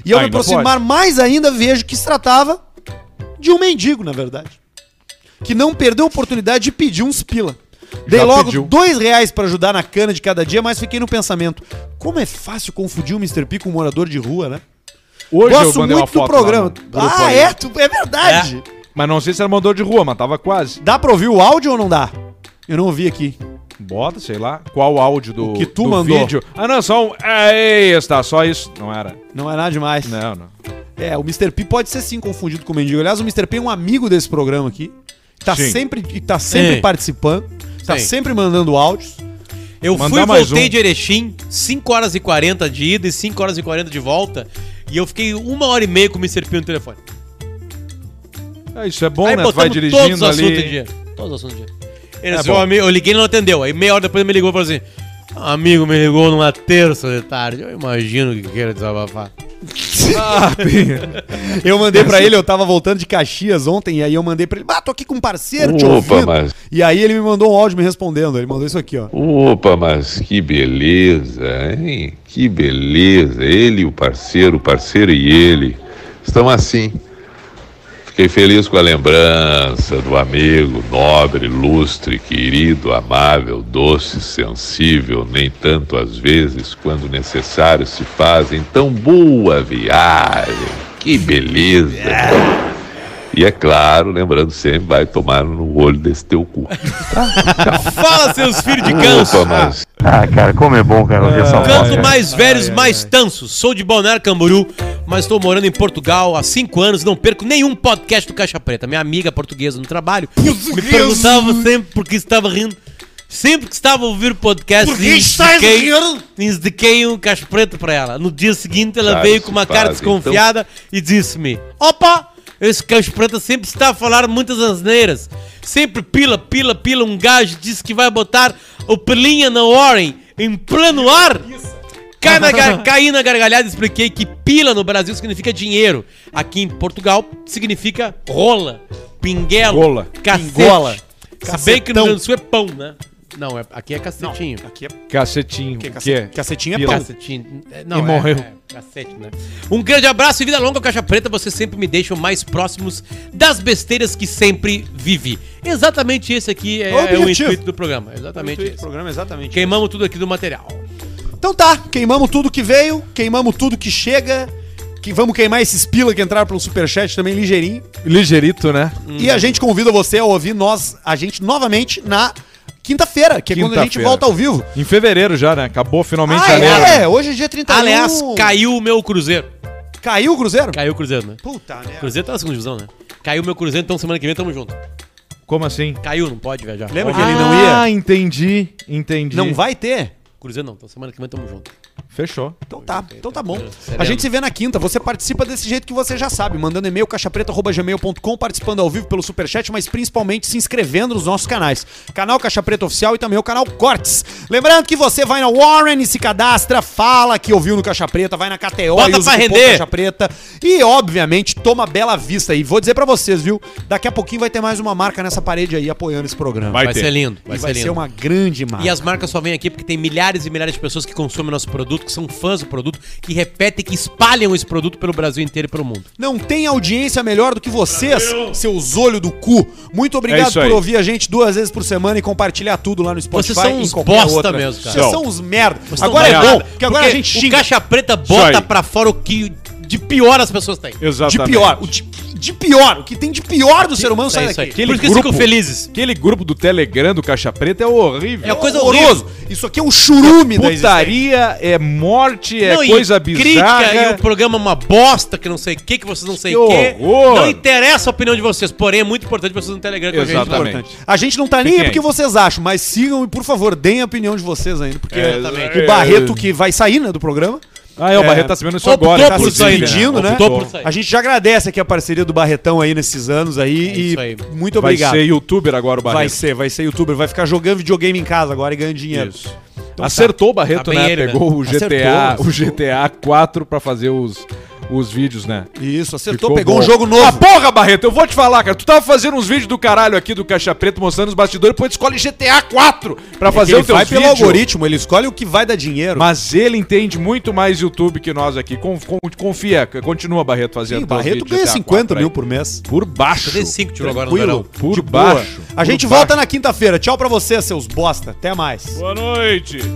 A: E ao me
B: Ainda
A: aproximar mais ainda, vejo que se tratava de um mendigo, na verdade. Que não perdeu a oportunidade de pedir uns pila. Dei
B: Já
A: logo
B: pediu.
A: dois reais pra ajudar na cana de cada dia, mas fiquei no pensamento. Como é fácil confundir o Mr. P com um morador de rua, né?
B: Hoje
A: Gosto muito do
B: lá no
A: programa.
B: grupo
A: Ah,
B: aí.
A: é? Tu- É verdade.
B: Mas não sei se era mandou de rua, mas tava quase.
A: Dá pra ouvir o áudio ou não dá? Eu não ouvi aqui.
B: Bota, sei lá, qual áudio do,
A: O que tu
B: do
A: mandou.
B: vídeo. Ah, não, só um... É isso, tá, só isso. Não era.
A: Não é nada demais.
B: Não, não.
A: É, o Mr. P pode ser sim confundido com o mendigo. Aliás, o Mr. P é um amigo desse programa aqui. Tá
B: Sim.
A: sempre, e tá sempre
C: Sim.
A: participando, tá
C: Sim.
A: sempre mandando áudios.
C: Eu
B: Mandar
C: fui e
B: mais
C: voltei
B: um.
C: de Erechim, 5 horas e 40 de ida e 5 horas e 40 de volta. E eu fiquei uma hora e meia com o Mr. P no telefone.
B: É, isso é bom,
C: aí
B: né? Tu
C: botamos
B: vai
C: todos
B: dirigindo
C: os assuntos em
B: ali.
C: dia. Todos os assuntos em dia. Ele
B: É
C: disse,
B: bom.
C: "Ô, amigo", eu liguei e ele não atendeu. Aí meia hora depois ele me ligou e falou assim: Amigo, me ligou numa terça de tarde. Eu imagino que queira desabafar.
A: Ah, Eu mandei pra ele, eu tava voltando de Caxias ontem, e aí eu mandei pra ele, ah, tô aqui com um parceiro te ouvindo.
H: mas,
A: E aí ele me mandou um áudio me respondendo, ele mandou isso aqui, ó.
H: opa, mas que beleza, hein? Que beleza. Ele, o parceiro, o parceiro e ele estão assim. Fiquei feliz com a lembrança do amigo nobre, ilustre, querido, amável, doce, sensível, nem tanto às vezes, quando necessário, se fazem. Então, boa viagem, que beleza! E é claro, lembrando sempre, vai tomar no olho desse teu cu.
C: Fala, seus filhos de canso.
H: Opa, mas
I: Ah, cara, como é bom, cara, ouvir essa voz.
C: Canto mais velhos, mais tansos. Sou de Balneário Camboriú, mas estou morando em Portugal há cinco anos. Não perco nenhum podcast do Caixa Preta. Minha amiga portuguesa no trabalho me perguntava sempre por que estava rindo. Sempre que estava a ouvir o podcast, indiquei, indiquei um Caixa Preta para ela. No dia seguinte, ela
H: Cara,
C: veio
H: isso
C: com uma
H: faz,
C: cara
H: então.
C: desconfiada e disse-me: Opa! Esse Caixa Preta sempre está a falar muitas asneiras. Sempre pila, pila, pila. Um gajo disse que vai botar o Pelinha na Warren em plano ar. Cai na, gar- caí na gargalhada e expliquei que pila no Brasil significa dinheiro. Aqui em Portugal significa rola, pinguelo,
B: Rola.
C: cacete.
A: Pingola.
C: Se bem que
A: Cacetão.
C: no Rio Grande do Sul é pão, né? Não, é, aqui é cacetinho.
A: Aqui é
B: Cacetinho.
A: que é
B: que é?
A: cacetinho é
B: Pila.
A: pão.
C: Cacetinho. É, Não,
B: E
C: é-
B: morreu.
C: é, cacete, né? Um grande abraço e vida longa, Caixa Preta. Vocês sempre me deixam mais próximos das besteiras que sempre vivi. Exatamente esse aqui é,
A: É o
C: é o
A: objetivo.
C: intuito do programa. Exatamente esse.
A: programa é exatamente.
C: Queimamos tudo aqui do material.
A: Então tá, queimamos tudo que veio, queimamos tudo que chega. Que vamos queimar esses pila que entraram pelo superchat também ligeirinho.
B: Ligeirito, né?
A: E a gente convida você a ouvir nós, a gente novamente na quinta-feira, que é quando a gente
B: Quinta-feira.
A: volta ao vivo.
B: Em fevereiro já, né? Acabou finalmente
A: Ah,
B: janeiro.
A: é, é, hoje é dia 31.
C: Aliás, caiu o meu Cruzeiro.
A: caiu o Cruzeiro?
C: Caiu o Cruzeiro, né?
A: Puta merda.
C: Cruzeiro tá na segunda divisão, né? Caiu o meu Cruzeiro, então semana que vem tamo junto.
B: Como assim?
C: Caiu, não pode viajar.
A: Lembra
C: Óbvio.
A: que ele
C: Ah,
A: não ia?
B: Ah, entendi, entendi.
A: Não vai ter?
C: Cruzeiro não, então semana que vem tamo junto.
B: Fechou.
A: Então tá, então tá bom.
C: Sereno.
A: A gente se vê na quinta. Você participa desse jeito que você já sabe, mandando e-mail caixapreta@gmail.com, participando ao vivo pelo Superchat, mas principalmente se inscrevendo nos nossos canais. Canal Caixa Preta Oficial e também o canal Cortes. Lembrando que você vai na Warren e se cadastra, fala que ouviu no Caixa Preta, vai na KTO
C: Bota
A: e usa
C: pra
A: o cupom
C: render.
A: Caixa Preta e obviamente toma Bela Vista aí. Vou dizer pra vocês, viu? Daqui a pouquinho vai ter mais uma marca nessa parede aí apoiando esse programa.
D: Vai
C: Vai
D: ter.
C: ser lindo, vai
A: e
C: ser
A: vai
C: lindo.
A: ser uma grande marca.
C: E as marcas só vêm aqui porque tem milhares e milhares de pessoas que consomem nosso produto, que são fãs do produto, que repetem, que espalham esse produto pelo Brasil inteiro e pelo mundo.
A: Não tem audiência melhor do que vocês, seus olhos do cu. Muito
B: É
A: obrigado
B: isso aí.
A: por ouvir a gente duas vezes por semana e compartilhar tudo lá no Spotify.
C: Vocês são
A: e em
C: uns
A: qualquer
C: bosta
A: outra.
C: mesmo, cara.
A: Vocês são uns merda.
C: Vocês não
A: agora é
C: dão
A: bom,
C: nada,
A: porque agora a gente
C: O
A: xinga.
C: Caixa Preta
B: Isso
C: bota
B: aí.
C: pra fora o que de pior as pessoas têm.
A: De
B: Exatamente.
A: pior. O de, de pior. O que tem de pior do ser humano
C: É
A: sai
C: isso aí.
A: daqui.
C: Por isso que eles
B: grupo-
C: ficam felizes.
B: Aquele grupo do Telegram do Caixa Preta é horrível.
C: É coisa
A: Horroroso.
C: horrível.
A: Isso aqui é um churume da existência.
B: Putaria, é morte, é
C: Não, e
B: coisa bizarra.
C: Crítica e o programa é uma bosta, que não sei o que, que vocês não sei
B: Que
C: o que.
B: horror.
C: Não interessa a opinião de vocês, porém é muito importante vocês no Telegram com a gente.
B: Exatamente.
A: A gente não tá nem aí
B: Fiquem
A: porque
B: aí.
A: vocês acham, mas sigam e, por favor, deem a opinião de vocês ainda. Porque
C: Exatamente.
B: É.
A: o Barreto que vai sair, né, do programa.
B: Ah, é, o Barreto tá sabendo isso
C: Optou
B: agora.
C: por
B: se
C: isso aí, né?
B: despedindo, né?
C: Optou por isso aí.
A: A gente já agradece aqui a parceria do Barretão aí nesses anos aí.
C: É
A: e
C: isso aí.
A: muito
B: Vai
A: obrigado.
B: ser youtuber agora o Barreto.
A: Vai ser, vai ser youtuber, vai ficar jogando videogame em casa agora e ganhando dinheiro.
B: Isso. Acertou o Barreto,
C: Tá bem
B: né?
C: ele,
B: Pegou
C: né?
B: o
A: Acertou,
B: GTA,
A: acertou.
B: o GTA 4 pra fazer os, os vídeos, né?
A: Isso, acertou,
B: Ficou
A: pegou
B: bom.
A: um jogo
B: Ah,
A: novo.
B: porra, Barreto, eu vou te falar, cara. Tu tava fazendo uns vídeos do caralho aqui do Caixa Preto mostrando os bastidores, depois tu escolhe GTA 4 pra fazer
A: É ele
B: o teu
A: vai
B: vídeo.
A: pelo algoritmo, ele escolhe o que vai dar dinheiro.
B: Mas ele entende muito mais YouTube que nós aqui. Con- con- confia, continua, Barreto, fazendo
A: Sim, o
B: teus
A: Barreto
B: vídeos
A: ganha
B: GTA
A: 50 mil
B: aí.
A: por mês.
B: por baixo.
C: Dei cinco tiro agora no
A: Tranquilo,
C: verão.
B: Por
A: de
B: baixo.
A: boa. A gente
B: Por
A: volta
B: baixo.
A: na quinta-feira. Tchau pra vocês, seus bosta. Até mais.
D: Boa noite.